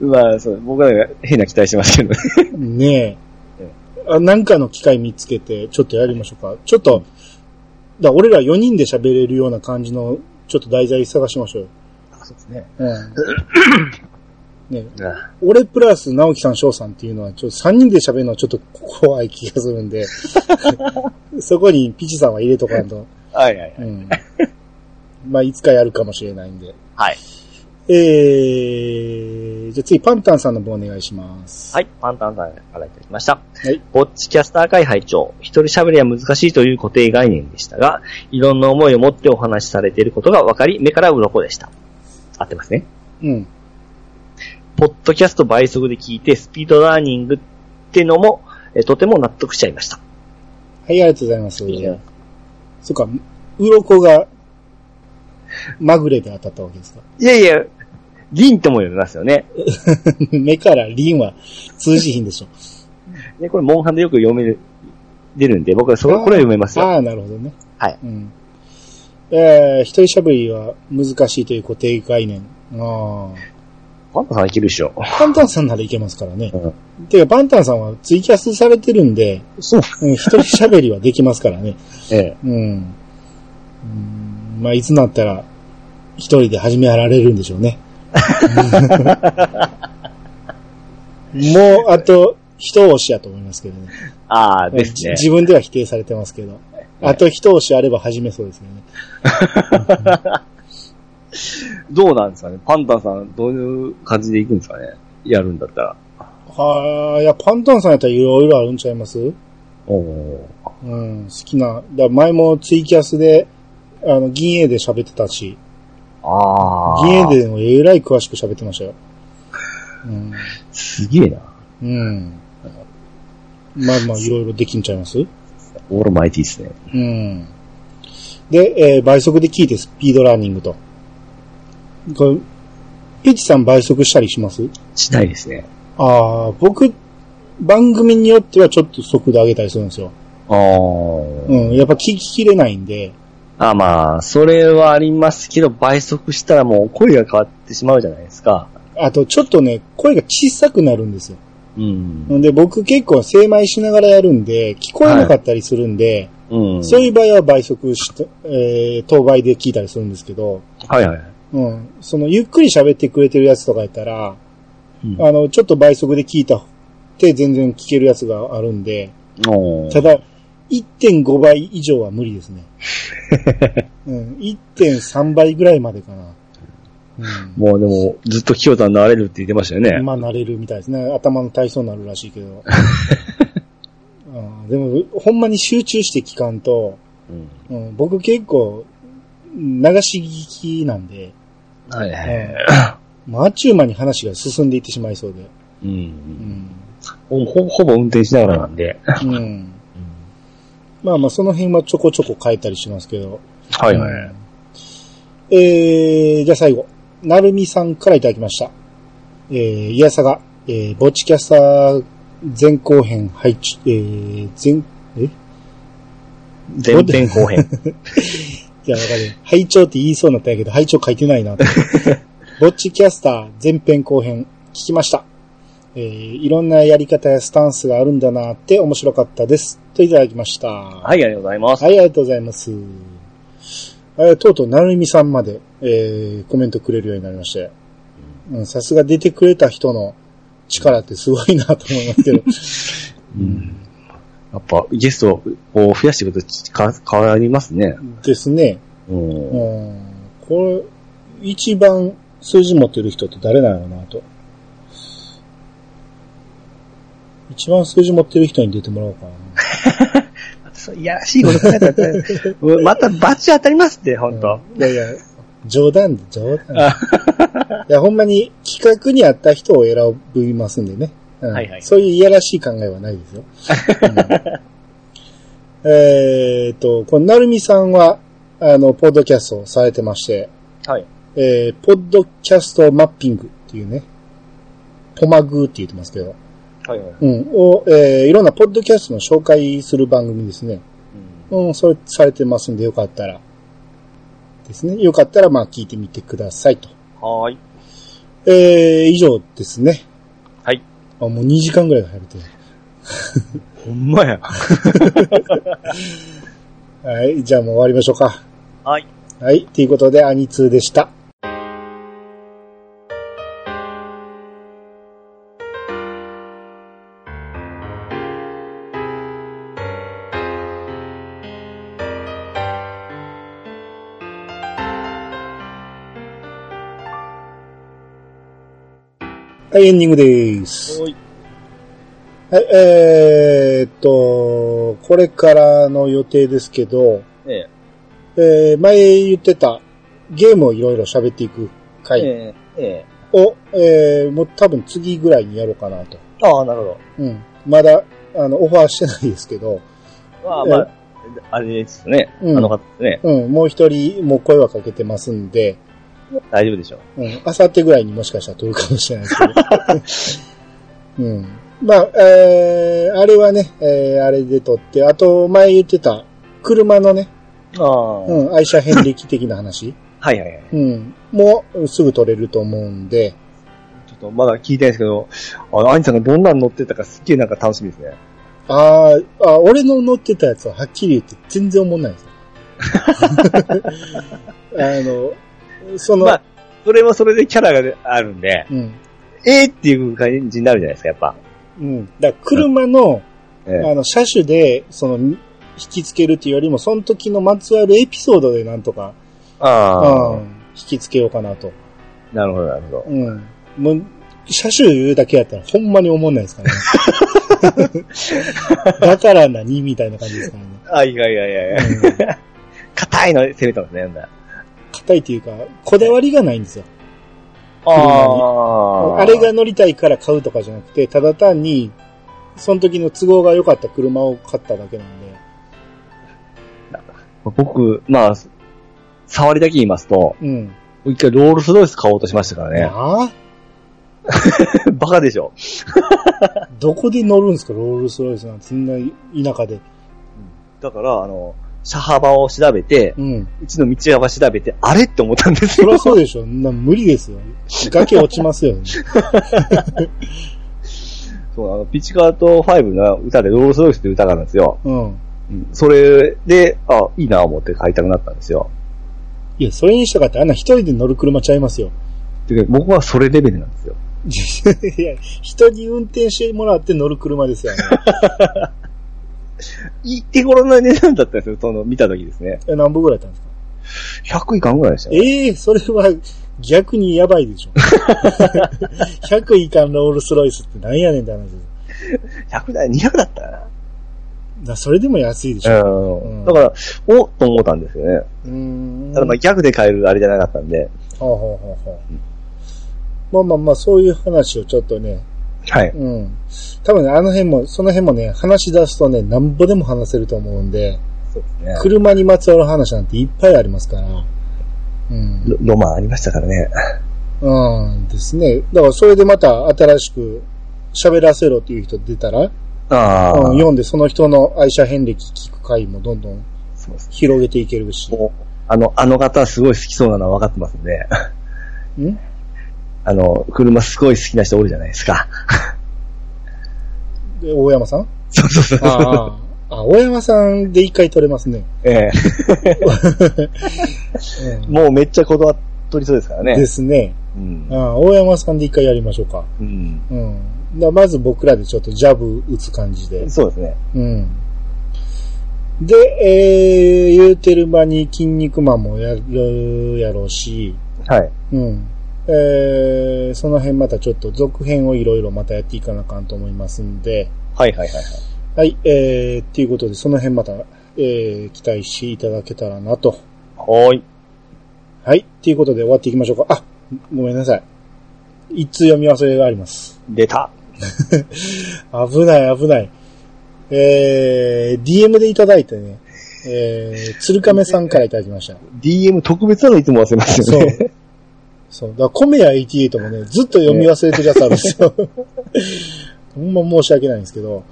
まあ、そう、僕らが変な期待してますけどね。うんねえ。あなんかの機会見つけて、ちょっとやりましょうか。ちょっと、だ俺ら4人で喋れるような感じの、ちょっと題材探しましょうよ。そうですね。うんねああ俺プラス直樹さん、翔さんっていうのは、ちょっと3人で喋るのはちょっと怖い気がするんで、そこにピチさんは入れとかんと。はいはいはうい。ん。まあ、いつかやるかもしれないんで。はい。えー、じゃあ次、パンタンさんの方お願いします。はい、パンタンさんからいただきました。はいぼっちキャスター会拝聴一人喋りは難しいという固定概念でしたが、いろんな思いを持ってお話しされていることが分かり、目から鱗でした。合ってますね。うん。ポッドキャスト倍速で聞いて、スピードラーニングってのも、えとても納得しちゃいました。はい、ありがとうございます。いやそっか、鱗が、まぐれで当たったわけですか。 いやいや、銀とも呼びますよね。目からンは通じひんでしょ。ね、これ、モンハンでよく読める、出るんで、僕はそこ、これは読めますよ。ああ、なるほどね。はい。うん。えー、一人喋りは難しいという固定概念。あ パンタさんいけるでしょ。あ。パンタンさんならいけますからね。うてか、パンタンさんはツイキャスされてるんで、そう。うん一人喋りはできますからね。ええ。うん。うんまあ、いつになったら、一人で始められるんでしょ うね。もう、あと、一押しやと思いますけどね。ああ、ですね。自分では否定されてますけど。あと一押しあれば始めそうですよね。どうなんですかねパンタンさん、どういう感じで行くんですかねやるんだったら。はあ、いや、パンタンさんやったらいろいろあるんちゃいますおーうん、好きな。だ前もツイキャスで、あの、銀英で喋ってたし、あ銀英ー。ででもえらい詳しく喋ってましたよ。うん。すげえな。うん。まあまあ、いろいろできんちゃいますオールマイティですね。うん。で、えー倍速で聞いてスピードラーニングと。これ、ピッチさん倍速したりしますしないですね。ああ、僕、番組によってはちょっと速度上げたりするんですよ。あー。うん。やっぱ聞ききれないんで。あ、まあ、それはありますけど、倍速したらもう声が変わってしまうじゃないですか。あと、ちょっとね、声が小さくなるんですよ。うん。んで、僕結構精米しながらやるんで、聞こえなかったりするんで、うん。そういう場合は倍速した、えー、当倍で聞いたりするんですけど、はいはい。うん。その、ゆっくり喋ってくれてるやつとかやったら、うんあの、ちょっと倍速で聞いたって全然聞けるやつがあるんで、おーただ、1.5倍以上は無理 ですね。うん、1.3倍ぐらいまでかな。もうでも、ずっと清田になれるって言ってましたようん、ね。まあ、慣れるみたいですね。頭の体操になるらしいけ ど。うん、でも、ほんまに集中して聞かんと、うんうん、僕結構、流し聞きなんで、はいはいはい。うん、もうあっちゅう間に話が進んでいってしまいそうで。う。うんんほほほぼ運転しながらなんで。 うんまあまあ、その辺はちょこちょこ変えたりしますけど。はうん。えー、じゃあ最後。なるみさんからいただきました。えー、いやさが、えー、ぼっちキャスター前後編配置、えー、前、え前編後編。いや、わかる。拝聴って言いそうになったんやけど、拝聴書いてない なと。ぼっちキャスター前編後編聞きました。えー、いろんなやり方やスタンスがあるんだなって面白かったです。といただきました。はい はい、ありがとうございます。はい、ありがとうございます。えーとうとう、なるみさんまで、えーコメントくれるようになりまして。うん、さすが出てくれた人の力ってすごいなと思いますけ ど。うんやっぱ、ゲストを増やしていくとか変わりますね。ですね。うんう。ん、これ、一番数字持ってる人って誰なのかなと。一番数字持ってる人に出てもらおうかな。いやらしいこと考えたら、 うんまたバチ当たりますって、本当うんいやいや、冗談で冗談。いや、ほんまに企画に合った人を選びますんでね。うんはいはいそういういやらしい考えはないですよ。うんえーっと、このなるみさんは、あの、ポッドキャストをされてまして、はい。えー、ポッドキャストマッピングっていうね、ポマグーって言ってますけど、はいはい。うん、を、えーいろんなポッドキャストの紹介する番組ですね。うん、それされてますんで、よかったら。ですね。よかったら、まあ、聞いてみてくださいと。はーい。えー、以上ですね。はい。あ、もう2時間ぐらいが入ると。ほんまや。はい、じゃあもう終わりましょうか。はい。はい、ということで、アニツーでした。はい、エンディングです。はいはい、えーっと、これからの予定ですけど、ええー前言ってたゲームをいろいろ喋っていくえ回えええを、えーもう多分次ぐらいにやろうかなと。えああ、なるほうん。まだ、あの、オファーしてないですけど、ど。まあまあ、あれですね。うんあの方ですね。うん、もう一人もう声はかけてますんで、大丈夫でしょう。うん、あさってぐらいにもしかしたら撮るかもしれないですけど。 うん。まあ、えーあれはね、えーあれで撮って、あと、前言ってた、車のね、ああ、はいうん、愛車遍歴的な話、 はいはい。うん、もうすぐ撮れると思うんで、ちょっとまだ聞いてないですけど、あ、アニさんがどんなの乗ってたかすっげえなんか楽しみですね。あーあ、俺の乗ってたやつははっきり言って全然思んない ですよ。 あの、その、まあ、それはそれでキャラがあるんで、うん、ええっていう感じになるじゃないですか、やっぱ。うん。だから車の、ええあの、車種で、その、引きつけるっていうよりも、その時のまつわるエピソードでなんとか、ああ、うん、引きつけようかなと。なるほど、なるほど。うん。もう、車種言うだけやったらほんまに思んないですからね。だから何みたいな感じですからね。あ、いやいやいやいや。うん硬いの攻めたんですね、なんだ。硬いっていうか、こだわりがないんですよ。ああれが乗りたいから買うとかじゃなくて、ただ単に、その時の都合が良かった車を買っただけなんで。僕、まあ、触りだけ言いますと、うん。一回ロールスロイス買おうとしましたからね。な バカでしょ。あどこで乗るんですか、ロールスロイスなんて、そんな田舎で。だから、あの、車幅を調べて、うん。うちの道幅調べて、あれって思ったんですそりゃよ。そうでしょ。そんな無理ですよ。崖落ちますよ、ね。 そう、あの、ピチカート5の歌でロールスロイスって歌があるんですよ。うん。うんそれで、あ、いいな思って買いたくなったんですよ。いや、それにしたかって、あんな一人で乗る車ちゃいますよ。 で僕はそれレベルなんですよ。いや、人に運転してもらって乗る車ですよ、ね。いい手頃な値段だったんですよ、その、見た時ですね。え何本ぐらいだったんですか100以下ぐらいでしたよ。ええそれは逆にやばいでしょ。100以下のロールスロイスってなんやねんって話です。 100台、200だったかな。なそれでも安いでしょ。うん。だから、おっと思ったんですよね。うーん。ただまあ、ギャグで買えるあれじゃなかったんで。ほうほうほうほう。まあまあまあ、そういう話をちょっとね、はい。うん。多分ね、あの辺も、その辺もね、話し出すとね、なんぼでも話せると思うんで、そうですね車にまつわる話なんていっぱいありますから。うん。ロロマンありましたからね。うんですね。だからそれでまた新しく喋らせろっていう人出たら、あうん、あ。読んでその人の愛車遍歴聞く回もどんどんそうです広げていけるし。もう、あの、あの方すごい好きそうなのは分かってますんで。 んあの、車すごい好きな人おるじゃないですか。で大山さんそうそうそう。ああ。あ、大山さんで一回取れますね。ええ。うんもうめっちゃこだわっとりそうですからね。ですね。うんあ。あ大山さんで一回やりましょうか。うん。うん。だからまず僕らでちょっとジャブ打つ感じで。そうですね。うん。で、えー、言うてる間に筋肉マンもやるやろうし、はい。うん。えー、その辺またちょっと続編をいろいろまたやっていかなあかんと思いますんで、はいはいはいははい。い、えー、っていうことでその辺また、えー、期待していただけたらなと。はーい。はい、っていうことで終わっていきましょうか。あ、ごめんなさい。一通読み忘れがあります。出た。危ない、危ない。えー、DM でいただいてね、えー、鶴亀さんからいただきました。 DM 特別なのいつも忘れますそようね。。そう。だから、コメヤ88もね、ずっと読み忘れてるやつあるんですよ。ほんま申し訳ないんですけど、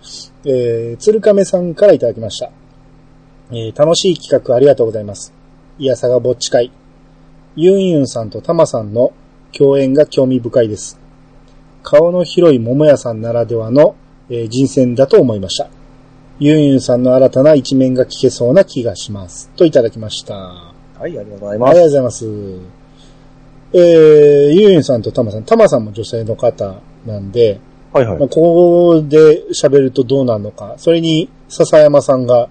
えー、鶴亀さんからいただきました。えー、楽しい企画ありがとうございます。いやさがぼっち会。ユンユンさんとタマさんの共演が興味深いです。顔の広い桃屋さんならではの、えー人選だと思いました。ユンユンさんの新たな一面が聞けそうな気がします。といただきました。はい、ありがとうございあまりがとうす。ございます。えー、ゆうゆんさんとたまさん。たまさんも女性の方なんで、はいはまあ、い。ここで喋るとどうなるのか。それに、笹山さんが、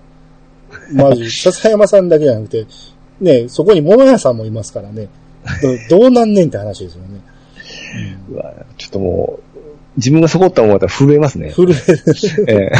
まず、笹山さんだけじゃなくて、ね、そこに桃屋さんもいますからね。どどうなんねんって話ですよね。うわちょっともう、自分がそこった思ったら震えますね。震える。ええ。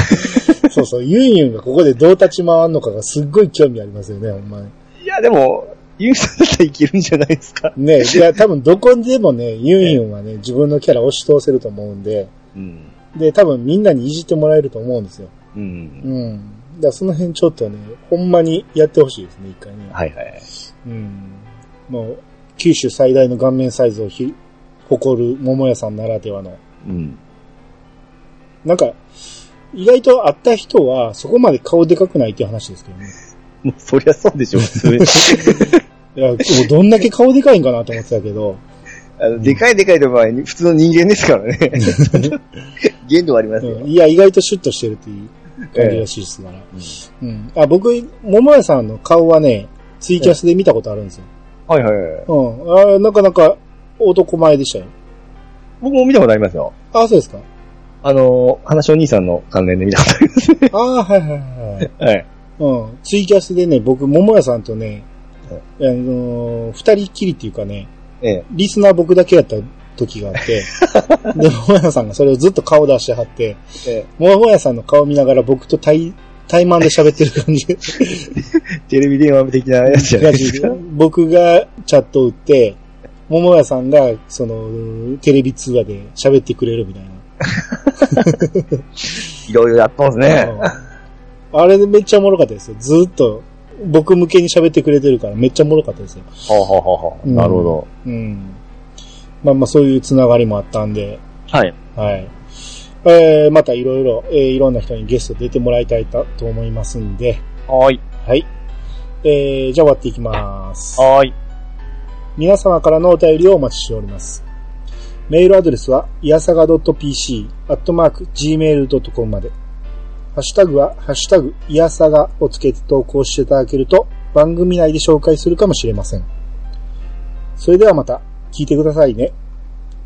そうそう、ゆんゆんがここでどう立ち回るのかがすっごい興味ありますよね、ほんまに。いや、でも、ユウさんだったらいけるんじゃないですか。ね、いや、多分どこでもね、ゆんゆんはね、自分のキャラ押し通せると思うんで、うん。で、多分みんなにいじってもらえると思うんですよ。うん。うん。だからその辺ちょっとね、ほんまにやってほしいですね、一回ね。はいはい。うん。もう、九州最大の顔面サイズをひ誇る桃屋さんならではの。うん。なんか、意外と会った人は、そこまで顔でかくないっていう話ですけどね。もうそりゃそうでしょ、普 通に。いや、もうどんだけ顔でかいんかなと思ってたけど、あのでかいでかいの場合に普通の人間ですからね。限度はありますよう。ん、いや、意外とシュッとしてるっていう感じらしいですから。うん。あ、僕、桃屋さんの顔はね、ツイキャスで見たことあるんですよ。はいはいはい。うん。あなかなか男前でしたよ。僕も見たことありますよ。あ、そうですか。あの、話お兄さんの関連で見たことあります。ああ、はいはいはい。 はい。ううん。ツイキャスでね、僕、桃屋さんとね、はあのー二人っきりっていうかね、ええ。リスナー僕だけやった時が あって、で、桃屋さんがそれをずっと顔出してはって、ええ桃屋さんの顔見ながら僕と対、対マンで喋ってる感じ。テレビ電話的なやつじゃないです か。僕がチャットを打って、桃屋さんが、その、テレビ通話で喋ってくれるみたいな。いろいろやったんですね。うんあれめっちゃおもろかったですよ。ずーっと、僕向けに喋ってくれてるからめっちゃおもろかったですよ。はあ、はあはあはあうんなるほど。うん。まあまあそういうつながりもあったんで、はい。はい。えー、またいろいろ、えーいろんな人にゲスト出てもらいたいとと思いますんで、はーい。はい。えー、じゃあ終わっていきます。はーい。皆様からのお便りをお待ちしております。メールアドレスは、いやさが .pc、アットマーク、gmail.com まで。ハッシュタグは、ハッシュタグ、いやさがをつけて投稿していただけると、番組内で紹介するかもしれません。それではまた、聞いてくださいね。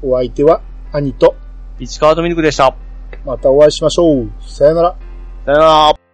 お相手は、兄と、ピチカートミルクでした。またお会いしましょう。さよなら。さよなら。